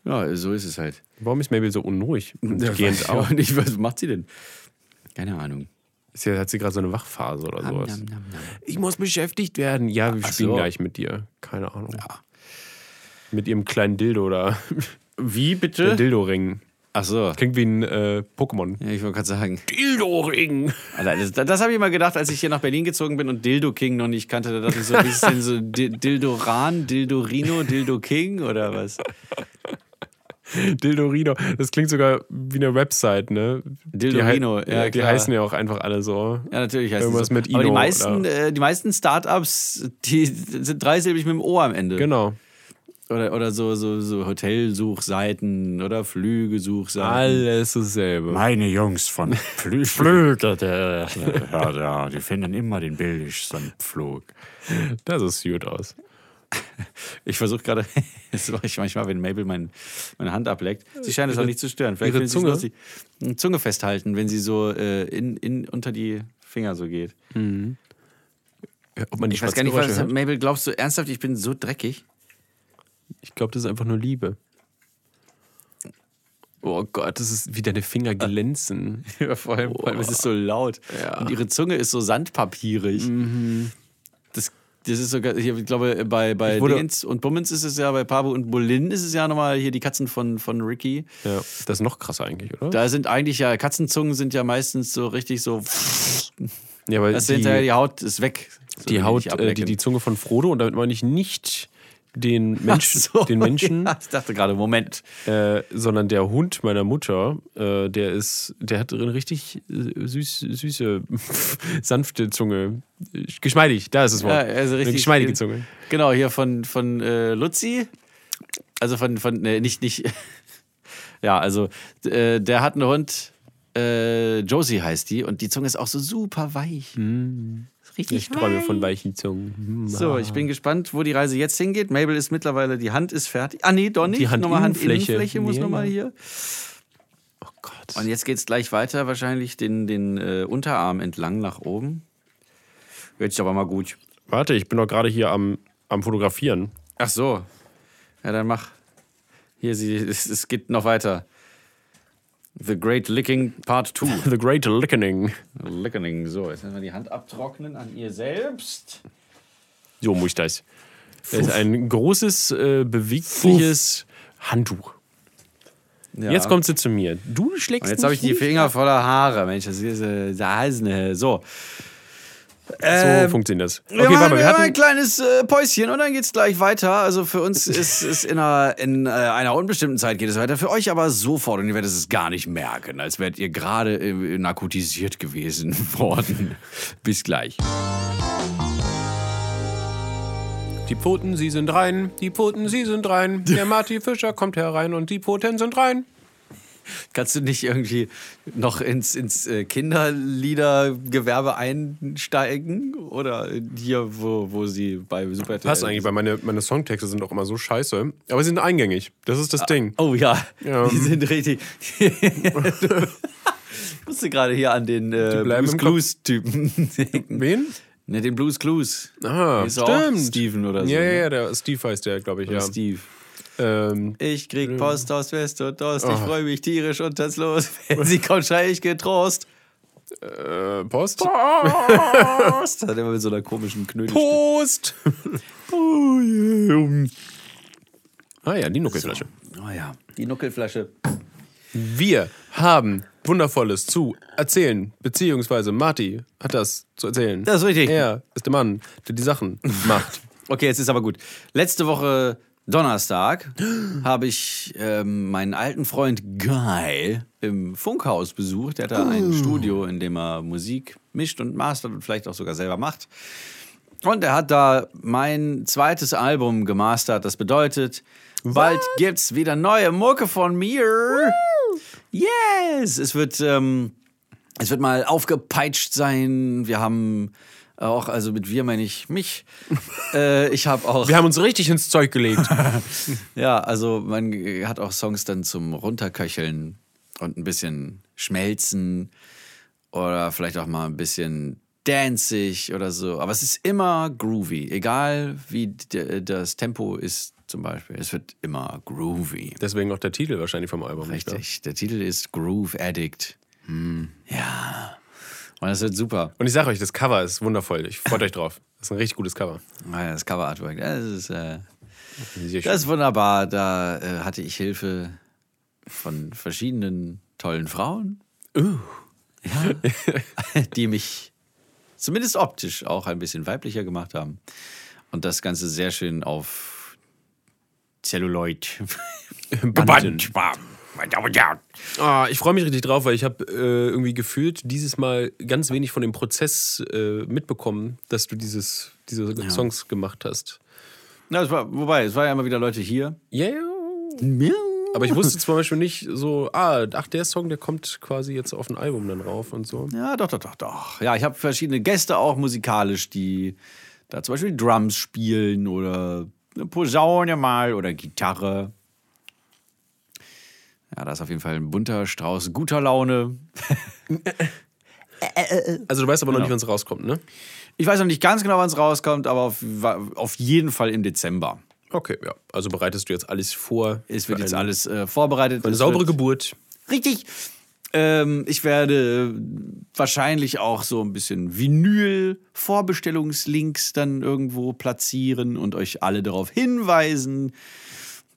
D: Ja, so ist es halt.
C: Warum ist Mabel so unruhig? Und
D: weiß
C: gehend
D: ich
C: auch.
D: auch nicht, was macht sie denn? Keine Ahnung.
C: Ist ja- Hat sie gerade so eine Wachphase oder sowas?
D: nam, nam, nam.
C: Ich muss beschäftigt werden. Ja, wir spielen
D: so.
C: gleich mit dir. Keine Ahnung. Mit ihrem kleinen Dildo da. Wie bitte? Der Dildo-Ring.
D: Ach so.
C: Klingt wie ein äh, Pokémon.
D: Ja, ich wollte gerade sagen.
C: Dildo-Ring.
D: Alter, das das habe ich mal gedacht, als ich hier nach Berlin gezogen bin und Dildo King noch nicht kannte. Da dachte ich so, was ist denn so Di- Dildoran, Dildorino, Dildo King oder was?
C: Dildorino. Das klingt sogar wie eine Website, ne?
D: Dildorino,
C: die, hei-
D: ja,
C: Die
D: klar.
C: heißen ja auch einfach alle so.
D: Ja, natürlich heißt
C: Irgendwas
D: es so.
C: mit Ino
D: Aber die meisten,
C: oder-
D: äh, die meisten Startups, die sind dreisilbig mit dem O am Ende.
C: Genau.
D: Oder, oder so, so, so Hotelsuchseiten oder Flügesuchseiten.
C: Alles dasselbe.
E: Meine Jungs von Flü Flüge, der, ja, ja, die finden immer den billigsten Flug.
C: Das ist gut aus.
D: Ich versuche gerade, das mache ich manchmal, wenn Mabel mein, meine Hand ableckt. Sie scheint es auch nicht zu stören. Vielleicht
C: ihre
D: will sie
C: Zunge?
D: es lustig. Zunge festhalten, wenn sie so äh, in, in, unter die Finger so geht.
C: Ja, Ob man die
D: Ich weiß gar nicht, was
C: Schmatzgeräusche hört?
D: Mabel, glaubst du ernsthaft, ich bin so dreckig?
C: Ich glaube, das ist einfach nur Liebe. Oh Gott, das ist wie deine Finger glänzen.
D: Ah. vor allem, vor allem es ist so laut.
C: Ja.
D: Und ihre Zunge ist so sandpapierig. Das, das ist sogar, hier, Mhm. ich glaube, bei, bei
C: Ich wurde-
D: Dingens und Bummens ist es ja, bei Pabo und Bolin ist es ja nochmal hier die Katzen von, von Ricky.
C: Ja, das ist noch krasser eigentlich, oder?
D: Da sind eigentlich ja, Katzenzungen sind ja meistens so richtig so,
C: ja, weil
D: das hinterher die Haut ist weg. So
C: die
D: wenn
C: Haut,
D: die
C: äh, die,
D: ablecken.
C: die Zunge von Frodo und damit meine ich nicht den Menschen,
D: Ach so,
C: den Menschen
D: Ja, ich dachte gerade, Moment.
C: äh, sondern der Hund meiner Mutter, äh, der ist, der hat drin richtig äh, süß, süße, sanfte Zunge, Äh, geschmeidig, da ist es Wort,
D: Ja, also
C: eine
D: richtig-
C: geschmeidige Zunge.
D: Genau, hier von, von äh, Luzi. Also von, von ne, nicht, nicht, Ja, also äh, der hat einen Hund, äh, Josie heißt die, und die Zunge ist auch so super weich.
C: Hm,
D: Ist Richtig
C: Ich träume von weichen Zungen. Hm.
D: So, ich bin gespannt, wo die Reise jetzt hingeht. Mabel ist mittlerweile, die Hand ist fertig. Ah, nee, doch nicht.
C: Die
D: nochmal
C: Handinnenfläche.
D: Handinnenfläche muss
C: Ja,
D: nochmal
C: ja.
D: hier.
C: Oh Gott.
D: Und jetzt geht's gleich weiter, wahrscheinlich den, den äh, Unterarm entlang nach oben. Wird aber mal gut.
C: Warte, ich bin doch gerade hier am, am Fotografieren.
D: Ach so. Ja, dann mach. Hier, sie, es, es geht noch weiter. The Great Licking Part 2.
C: The Great Lickening.
D: Lickening. So, jetzt müssen wir die Hand abtrocknen an ihr selbst.
C: So muss ich das. Das ist ein großes, äh, bewegliches Handtuch.
D: Ja.
C: Jetzt kommt sie zu mir. Du schlägst
D: Und jetzt habe ich
C: mich
D: die
C: nicht.
D: Finger voller Haare. Mensch, das ist äh, der Halsne. So.
C: So funktioniert das.
D: Ähm, Wir machen, wir machen ein
C: hatten,
D: kleines äh, Päuschen und dann geht's gleich weiter. Also für uns ist es in, einer, in äh, einer unbestimmten Zeit geht es weiter. Für euch aber sofort und ihr werdet es gar nicht merken, als wärt ihr gerade äh, narkotisiert gewesen worden. Bis gleich.
C: die Pfoten, sie sind rein. Die Pfoten, sie sind rein. Der Marty Fischer kommt herein und die Pfoten sind rein.
D: Kannst du nicht irgendwie noch ins, ins äh, Kinderliedergewerbe einsteigen? Oder hier, wo, wo sie bei Super
C: Passt
D: RTL
C: eigentlich, weil meine, meine Songtexte sind auch immer so scheiße. Aber sie sind eingängig. Das ist das Ding.
D: Oh ja,
C: Ja.
D: die sind richtig. ich musste gerade hier an den äh,
C: bleiben
D: Blues
C: im Kopf.
D: Clues-Typen denken.
C: Wen?
D: Ne, den Blues Clues.
C: Ah,
D: Ist
C: stimmt.
D: auch Steven oder so,
C: Ja,
D: ne?
C: ja, der Steve heißt der, glaube ich. Ja.
D: Steve.
C: Ähm,
D: Ich krieg Post aus West und Ost.
C: Ah.
D: Ich freue mich tierisch und das los. Wenn sie kommt, schrei ich getrost.
C: äh, Post?
D: Das hat immer mit so einer komischen Knödel.
C: Post!
D: Oh,
C: ah ja, die Nuckelflasche.
D: Oh ja, die Nuckelflasche.
C: Wir haben Wundervolles zu erzählen, beziehungsweise Marty hat das zu erzählen.
D: Das ist richtig.
C: Er ist der Mann, der die Sachen macht.
D: Okay, jetzt ist aber gut. Letzte Woche Donnerstag habe ich ähm, meinen alten Freund Guy im Funkhaus besucht. Der hat da ein Studio, in dem er Musik mischt und mastert und vielleicht auch sogar selber macht. Und er hat da mein zweites Album gemastert. Das bedeutet, bald gibt's wieder neue Mucke von mir. Yes! Es wird. Ähm, es wird mal aufgepeitscht sein. Wir haben auch, also mit wir meine ich mich. äh, ich habe auch,
C: Wir haben uns richtig ins Zeug gelegt.
D: ja, also man äh, hat auch Songs dann zum Runterköcheln und ein bisschen schmelzen oder vielleicht auch mal ein bisschen danzig oder so. Aber es ist immer groovy, egal wie d- das Tempo ist zum Beispiel. Es wird immer groovy.
C: Deswegen auch der Titel wahrscheinlich vom Album. nicht wahr?
D: Richtig. Der Titel ist Groove Addict. Ja. Und das wird super.
C: Und ich sage euch, das Cover ist wundervoll. Ich freut euch drauf. Das ist ein richtig gutes Cover.
D: Ah, Das Cover Artwork, das ist, äh,
C: Sehr schön.
D: das ist wunderbar. Da äh, hatte ich Hilfe von verschiedenen tollen Frauen, Uh. ja, die mich zumindest optisch auch ein bisschen weiblicher gemacht haben. Und das Ganze sehr schön auf Celluloid.
C: Banden. Ah, ich freue mich richtig drauf, weil ich habe äh, irgendwie gefühlt dieses Mal ganz wenig von dem Prozess äh, mitbekommen, dass du dieses, diese Songs gemacht hast.
D: Na, es war, wobei, es waren ja immer wieder Leute hier.
C: Ja, yeah. aber ich wusste zum Beispiel nicht so, ah, ach, der Song, der kommt quasi jetzt auf ein Album dann rauf und so.
D: Ja, doch, doch, doch, doch. Ja, ich habe verschiedene Gäste auch musikalisch, die da zum Beispiel Drums spielen oder eine Posaune mal oder Gitarre. Ja, da ist auf jeden Fall ein bunter Strauß guter Laune.
C: Also du weißt aber
D: Genau.
C: noch nicht, wann es rauskommt, ne?
D: Ich weiß noch nicht ganz genau, wann es rauskommt, aber auf, wa- auf jeden Fall im Dezember.
C: Okay, ja. Also bereitest du jetzt alles vor.
D: Es wird
C: für
D: jetzt
C: eine-
D: alles äh, vorbereitet.
C: Eine
D: Es
C: saubere
D: wird-
C: Geburt.
D: Richtig. Ähm, ich werde wahrscheinlich auch so ein bisschen Vinyl-Vorbestellungslinks dann irgendwo platzieren und euch alle darauf hinweisen,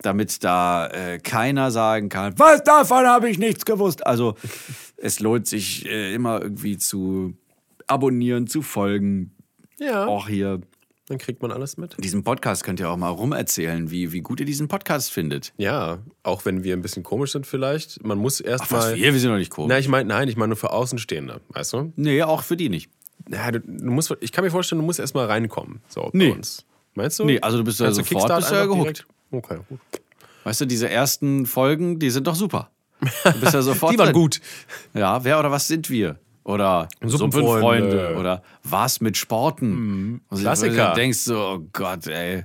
D: damit da äh, keiner sagen kann, was davon habe ich nichts gewusst. Also es lohnt sich äh, immer irgendwie zu abonnieren, zu folgen.
C: Ja.
D: Auch hier
C: Dann kriegt man alles mit.
D: diesen Podcast könnt ihr auch mal rumerzählen, wie, wie gut ihr diesen Podcast findet.
C: Ja, auch wenn wir ein bisschen komisch sind vielleicht. Man muss
D: Ach, was,
C: erstmal.
D: wir? Wir sind noch nicht komisch.
C: Nein, ich meine, nein, ich meine nur für Außenstehende, weißt du?
D: Nee, auch für die nicht.
C: Ja, du, du musst, ich kann mir vorstellen, du musst erstmal reinkommen. So,
D: Nee.
C: bei uns. Meinst du?
D: Nee, also du bist ja
C: Kannst
D: sofort
C: Kickstart
D: bist du ja
C: einfach
D: gehuckt.
C: direkt- Okay, gut.
D: Weißt du, diese ersten Folgen, die sind doch super. Du bist ja sofort
C: Die waren
D: drin.
C: gut.
D: Ja, wer oder was sind wir? Oder
C: Suppenfreunde. Mhm.
D: Suppenfreunde oder was mit Sporten? Also Und
C: Klassiker.
D: Du denkst so, oh Gott, ey.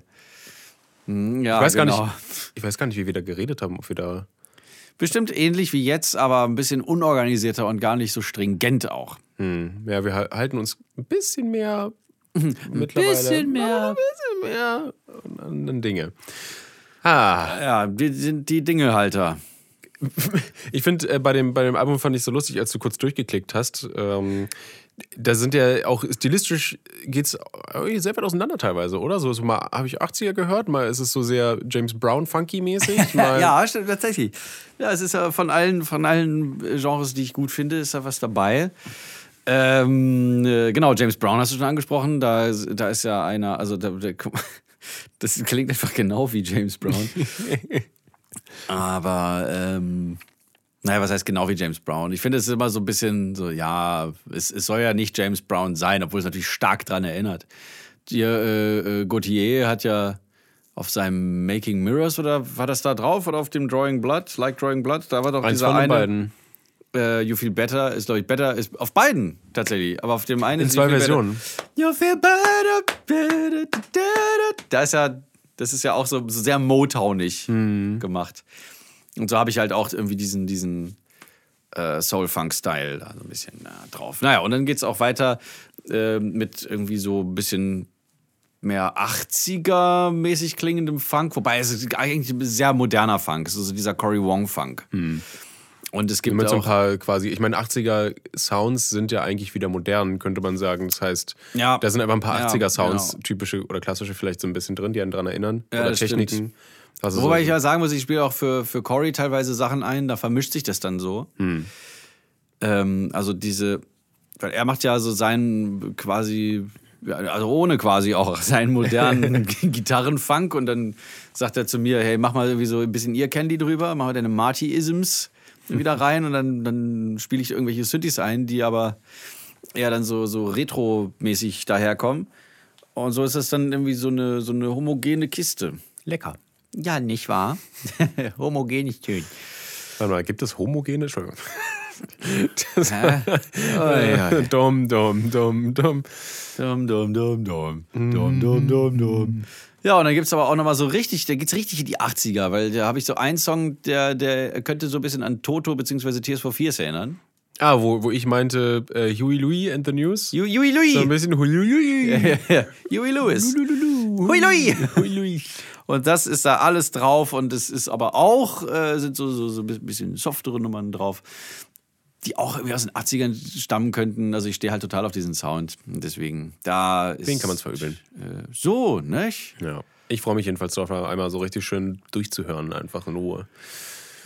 D: Hm, Ja,
C: Ich weiß,
D: genau.
C: gar nicht, ich weiß gar nicht, wie wir da geredet haben, ob wir da.
D: Bestimmt ähnlich wie jetzt, aber ein bisschen unorganisierter und gar nicht so stringent auch.
C: Hm, ja, wir hal- halten uns ein bisschen mehr mittlerweile.
D: Mhm. bisschen mehr.
C: Ein bisschen mehr an anderen Dinge. Ah,
D: Ja, wir sind die Dingehalter.
C: ich finde, äh, bei, dem, bei dem Album fand ich so lustig, als du kurz durchgeklickt hast. Ähm, da sind ja auch stilistisch geht's irgendwie sehr weit auseinander teilweise, oder? So, so mal habe ich 80er gehört, mal ist es so sehr James Brown funky-mäßig. mal-
D: Ja, stimmt, tatsächlich. Ja, es ist ja von allen, von allen äh, Genres, die ich gut finde, ist da was dabei. Ähm, äh, genau, James Brown hast du schon angesprochen. Da, ist- da ist ja einer, also da, da, guck mal, das klingt einfach genau wie James Brown. Aber, ähm, naja, was heißt genau wie James Brown? Ich finde, es ist immer so ein bisschen so, ja, es, es soll ja nicht James Brown sein, obwohl es natürlich stark dran erinnert. Hier, äh, äh, Gautier hat ja auf seinem Making Mirrors oder war das da drauf oder auf dem Drawing Blood, Like Drawing Blood, da war doch
C: Eins
D: dieser
C: von den
D: eine
C: beiden.
D: äh, You Feel Better ist, glaube ich, Better ist auf beiden tatsächlich. Aber auf dem einen
C: In
D: ist
C: zwei
D: You Feel
C: Versionen.
D: Better. You Feel Better, better da, da, da. Da ist ja, das ist ja auch so, so sehr Motownig
C: Mhm.
D: gemacht. Und so habe ich halt auch irgendwie diesen, diesen äh, Soul-Funk-Style da so ein bisschen na, drauf. Naja, und dann geht es auch weiter äh, mit irgendwie so ein bisschen mehr 80er-mäßig klingendem Funk, wobei es ist eigentlich ein sehr moderner Funk, es ist so dieser Cory Wong-Funk.
C: Mhm.
D: Und es gibt
C: Mit so ein
D: auch,
C: paar quasi, ich meine, 80er Sounds sind ja eigentlich wieder modern, könnte man sagen. Das heißt,
D: Ja.
C: da sind einfach ein paar
D: Ja,
C: 80er Sounds,
D: genau.
C: typische oder klassische vielleicht so ein bisschen drin, die einen dran erinnern.
D: Ja,
C: oder
D: das stimmt.
C: Techniken. Also
D: Wobei
C: so,
D: ich ja sagen muss, ich spiele auch für, für Corey teilweise Sachen ein, da vermischt sich das dann so.
C: Hm.
D: Ähm, also diese, weil er macht ja so seinen quasi, ja, also ohne quasi auch seinen modernen G- Gitarrenfunk und dann sagt er zu mir, hey, mach mal irgendwie so ein bisschen ihr Candy drüber, mach mal deine Marty-Isms wieder rein und dann, dann spiele ich irgendwelche Synthes ein, die aber eher dann so, so retro-mäßig daherkommen. Und so ist das dann irgendwie so eine, so eine homogene Kiste.
B: Lecker.
D: Ja, nicht wahr? Homogen ist schön.
C: Warte mal, gibt es homogene? Entschuldigung.
D: Hä? Oh,
C: Dom, dom, dom, dom.
D: Dum, dum, dum, dum. Dum, dum, dum, dum. Ja, und dann gibt es aber auch nochmal so richtig, da geht's richtig in die 80er, weil da habe ich so einen Song, der, der könnte so ein bisschen an Toto bzw. Tears for Fears erinnern.
C: Ah, wo, wo ich meinte, äh, Huey Louis and the News.
D: Yu- Huey
C: So ein
D: Louis!
C: bisschen Huey Louis.
D: Huey Lewis!
C: Louis.
D: Hui Louis! Und das ist da alles drauf und es ist aber auch, äh, sind so, so, so ein bisschen softere Nummern drauf, die auch irgendwie aus den 80ern stammen könnten. Also ich stehe halt total auf diesen Sound. Und Deswegen, da ist.
C: Wen kann man es verübeln?
D: Äh, so, ne?
C: Ja. Ich freue mich jedenfalls darauf, einmal so richtig schön durchzuhören, einfach in Ruhe.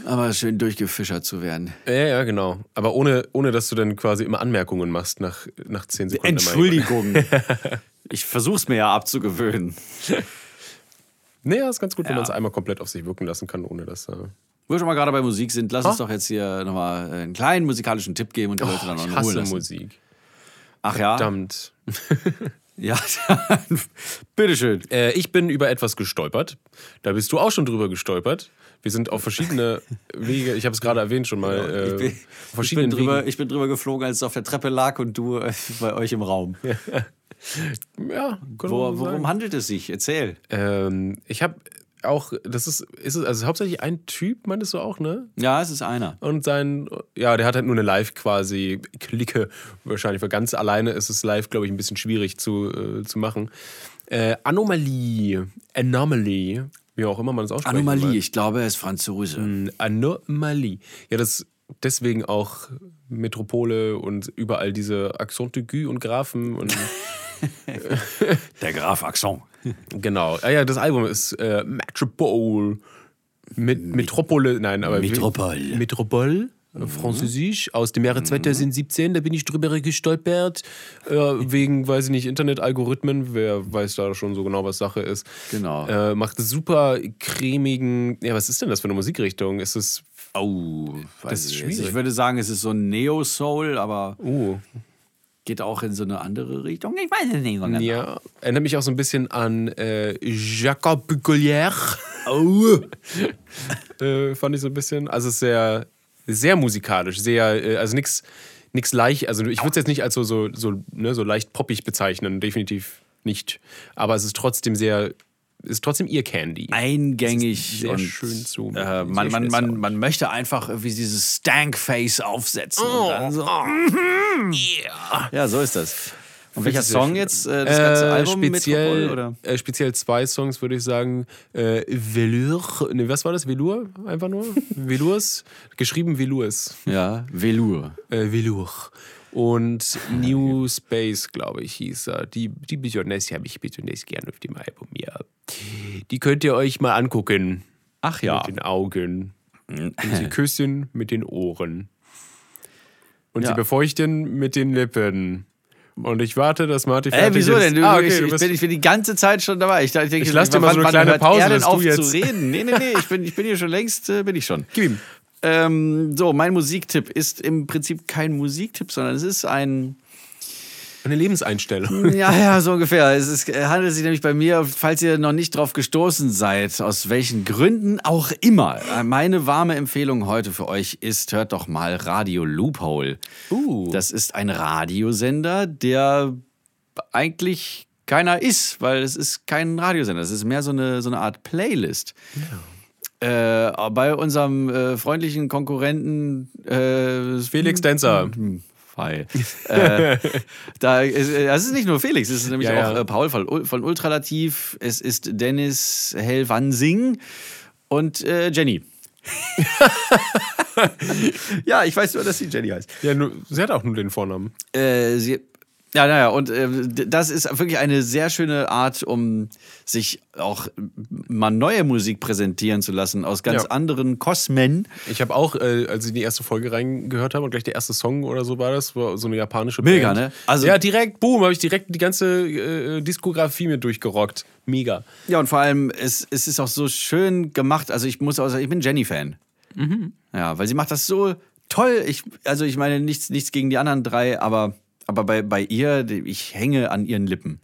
D: Aber schön durchgefischert zu werden.
C: Ja, ja, genau. Aber ohne, ohne dass du dann quasi immer Anmerkungen machst nach, nach 10 Sekunden.
D: Entschuldigung. ich versuch's mir ja abzugewöhnen.
C: Nee, ja, ist ganz gut, wenn man es einmal komplett auf sich wirken lassen kann, ohne dass. Äh
D: Wo wir schon mal gerade bei Musik sind, lass uns doch jetzt hier nochmal einen kleinen musikalischen Tipp geben und die Leute dann auch in Ruhe Ah. lassen.
C: Oh, Musik.
D: Ach ja?
C: Verdammt.
D: Ja, dann- bitteschön.
C: Äh, ich bin über etwas gestolpert. Da bist du auch schon drüber gestolpert. Wir sind auf verschiedene Wege, ich habe es gerade erwähnt schon mal,
D: Genau, Ich
C: äh,
D: bin,
C: auf
D: ich,
C: verschiedenen
D: bin drüber,
C: Wegen.
D: ich bin drüber geflogen, als es auf der Treppe lag und du äh, bei euch im Raum.
C: Ja, kann
D: Wo,
C: man sagen.
D: worum handelt es sich? Erzähl.
C: Ähm, ich habe auch, das ist, ist es, also hauptsächlich ein Typ, meintest du auch, ne?
D: Ja, es ist einer.
C: Und sein, ja, der hat halt nur eine Live quasi Clique wahrscheinlich, weil ganz alleine ist es live, glaube ich, ein bisschen schwierig zu, äh, zu machen. Äh, Anomalie, Anomaly, wie auch immer man es ausspricht.
D: Anomalie, ich glaube, er ist Franzose.
C: Hm. Anomalie. Ja, das deswegen auch Metropole und überall diese Accent aigu und Graphen und
E: Der Graf Axon.
C: genau. Ja, ja, das Album ist äh, Metropole. Mit, Metropole, nein, aber wie-
E: Metropole.
C: Metropole. Französisch aus dem Jahre 2017, da bin ich drüber gestolpert, äh, wegen, weiß ich nicht, Internetalgorithmen, wer weiß da schon so genau, was Sache ist.
D: Genau.
C: Äh, macht super cremigen, ja, was ist denn das für eine Musikrichtung? Ist es,
D: Oh,
C: Das
D: weiß
C: ist
D: ich
C: schwierig.
D: nicht. Ich würde sagen, es ist so ein Neo-Soul, aber
C: uh,
D: geht auch in so eine andere Richtung. Ich weiß es nicht so genau.
C: Ja, erinnert mich auch so ein bisschen an äh, Jacob Collier. äh, fand ich so ein bisschen. Also es ist sehr sehr musikalisch, sehr, äh, also nichts nix leicht, also ich würde es jetzt nicht als so, so, so, ne, so leicht poppig bezeichnen, definitiv nicht. Aber es ist trotzdem sehr, ist trotzdem Ear Candy.
D: eingängig
C: sehr
D: und
C: schön zu-
D: äh,
C: sehr
D: man, man,
C: schön
D: man, man möchte einfach irgendwie dieses Stank-Face aufsetzen.
C: Oh.
D: und dann so, Ja, so ist das. Und welcher
C: ich sehr
D: Song
C: schön.
D: jetzt? Äh, das ganze
C: Äh,
D: Album
C: speziell,
D: Metropol, oder?
C: Äh, speziell zwei Songs würde ich sagen. Äh, Velour, ne, was war das? Velour? Einfach nur? Velours? Geschrieben Velours.
D: Ja, Velour.
C: Äh, Velour. Und New Space, glaube ich, hieß er. Die, die besonders habe ich besonders gern auf dem Album, ja. Die könnt ihr euch mal angucken.
D: Ach ja.
C: Mit den Augen. Und sie küssen mit den Ohren. Und
D: Ja.
C: sie befeuchten mit den Lippen. Und ich warte, dass Marty fertig
D: Ey, Äh, wieso
C: ist.
D: denn? Du,
C: Ah, okay,
D: ich,
C: du
D: ich,
C: bist-
D: bin, ich bin die ganze Zeit schon dabei. Ich, dachte, ich, denke,
C: Ich lass dir mal so
D: wann-
C: eine kleine
D: wann hört
C: Pause,
D: Er denn
C: dass du
D: auf
C: jetzt-
D: zu reden. Nee, nee, nee. Ich bin, ich bin hier schon längst, äh, bin ich schon.
C: Gib ihm.
D: Ähm, so, mein Musiktipp ist im Prinzip kein Musiktipp, sondern es ist ein
C: Eine Lebenseinstellung.
D: Ja, ja, so ungefähr. Es ist, äh, handelt sich nämlich bei mir, falls ihr noch nicht drauf gestoßen seid, aus welchen Gründen auch immer. Äh, Meine warme Empfehlung heute für euch ist, hört doch mal Radio Loophole. Das ist ein Radiosender, der eigentlich keiner ist, weil es ist kein Radiosender. Es ist mehr so eine, so eine Art Playlist. Äh, bei unserem äh, freundlichen Konkurrenten äh,
C: Felix Denzer.
D: Fall. Hm, äh, da ist, äh, das ist nicht nur Felix, es ist nämlich
C: Ja, ja.
D: auch Äh, Paul von, Ul- von Ultralativ, es ist Dennis Hellwansing und äh, Jenny. ja, ich weiß nur, dass sie Jenny heißt.
C: Ja, nur, sie hat auch nur den Vornamen.
D: Äh, sie, ja, naja, und äh, d- das ist wirklich eine sehr schöne Art, um sich auch mal neue Musik präsentieren zu lassen aus ganz
C: Ja.
D: anderen Kosmen.
C: Ich habe auch, äh, als ich in die erste Folge reingehört habe und gleich der erste Song oder so war das, war so eine japanische
D: Mega,
C: Band.
D: ne? Also-
C: ja, direkt, boom, habe ich direkt die ganze äh, Diskografie mit durchgerockt. Mega.
D: Ja, und vor allem, es, es ist auch so schön gemacht. Also, ich muss auch sagen, ich bin Jenny-Fan. Ja, weil sie macht das so toll. Ich, also, ich meine, nichts, nichts gegen die anderen drei, aber, aber bei, bei ihr, die- ich hänge an ihren Lippen.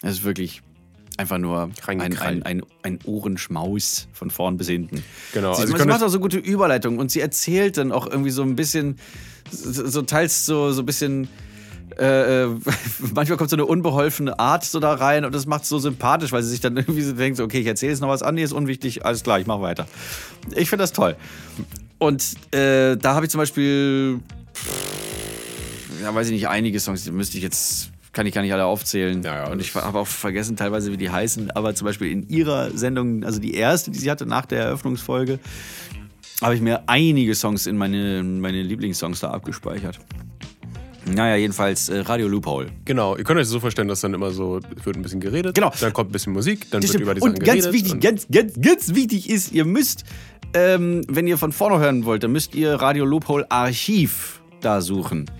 D: Das ist wirklich einfach nur ein, ein,
C: Reingekrallt.
D: ein, ein Ohrenschmaus von vorn bis hinten.
C: Genau,
D: Sie,
C: also ich
D: sie
C: kann
D: macht
C: das-
D: auch so gute Überleitungen und sie erzählt dann auch irgendwie so ein bisschen, so, so teils so, so ein bisschen äh, äh, manchmal kommt so eine unbeholfene Art so da rein und das macht so sympathisch, weil sie sich dann irgendwie so denkt, so, okay, ich erzähle jetzt noch was an, nee, ist unwichtig, alles klar, ich mache weiter. Ich finde das toll. Und äh, da habe ich zum Beispiel, ja, weiß ich nicht, einige Songs, die müsste ich jetzt, kann ich gar nicht alle aufzählen.
C: Ja, ja,
D: und ich
C: das-
D: habe auch vergessen teilweise, wie die heißen, aber zum Beispiel in ihrer Sendung, also die erste, die sie hatte nach der Eröffnungsfolge, habe ich mir einige Songs in meine, meine Lieblingssongs da abgespeichert. Naja, jedenfalls äh, Radio Loophole.
C: Genau, ihr könnt euch das so vorstellen, dass dann immer so, es wird ein bisschen geredet,
D: Genau.
C: dann kommt ein bisschen Musik, dann
D: Das stimmt.
C: wird über die Sachen
D: und ganz
C: geredet.
D: wichtig,
C: und-
D: ganz, ganz, ganz wichtig ist, ihr müsst, ähm, wenn ihr von vorne hören wollt, dann müsst ihr Radio Loophole Archiv da suchen.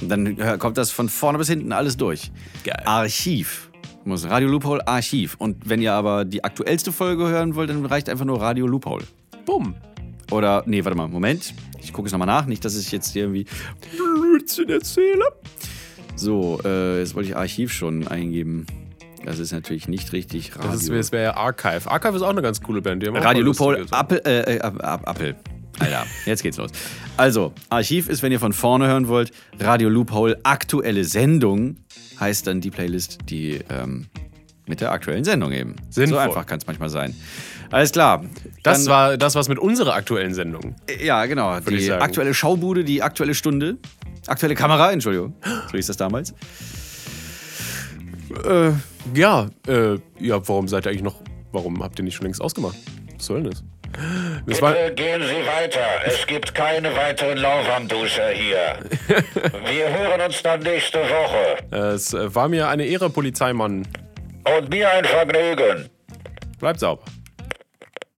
D: Und dann äh, kommt das von vorne bis hinten alles durch.
C: Geil.
D: Archiv. Muss Radio Loophole Archiv. Und wenn ihr aber die aktuellste Folge hören wollt, dann reicht einfach nur Radio Loophole.
C: bumm.
D: Oder, nee, warte mal, Moment. Ich gucke es nochmal nach. Nicht, dass ich jetzt hier irgendwie.
C: Blödsinn erzähle.
D: So, äh, jetzt wollte ich Archiv schon eingeben. Das ist natürlich nicht richtig. Radio.
C: Das, ist- das wäre ja Archive. Archive ist auch eine ganz coole Band. Die haben auch
D: Radio
C: mal
D: Loophole,
C: lustige Sachen.
D: Apple, äh, äh, Ab- Ab- Apple. Alter, jetzt geht's los. Also, Archiv ist, wenn ihr von vorne hören wollt, Radio Loophole, aktuelle Sendung, heißt dann die Playlist, die ähm, mit der aktuellen Sendung eben. So
C: Sinnvoll.
D: einfach kann's manchmal sein. Alles klar.
C: Das
D: dann-
C: war das was mit unserer aktuellen Sendung.
D: ja, genau.
C: ich
D: Die
C: sagen.
D: aktuelle Schaubude, die aktuelle Stunde. Aktuelle Kamera, Entschuldigung. So hieß das damals.
C: Äh, ja, äh, ja, warum seid ihr eigentlich noch, warum habt ihr nicht schon längst ausgemacht? Was soll denn das? Das war,
F: Bitte gehen Sie weiter. Es gibt keine weiteren Laufanduser hier. Wir hören uns dann nächste Woche.
C: es äh, war mir eine Ehre, Polizeimann.
F: Und mir ein Vergnügen.
C: Bleibt sauber.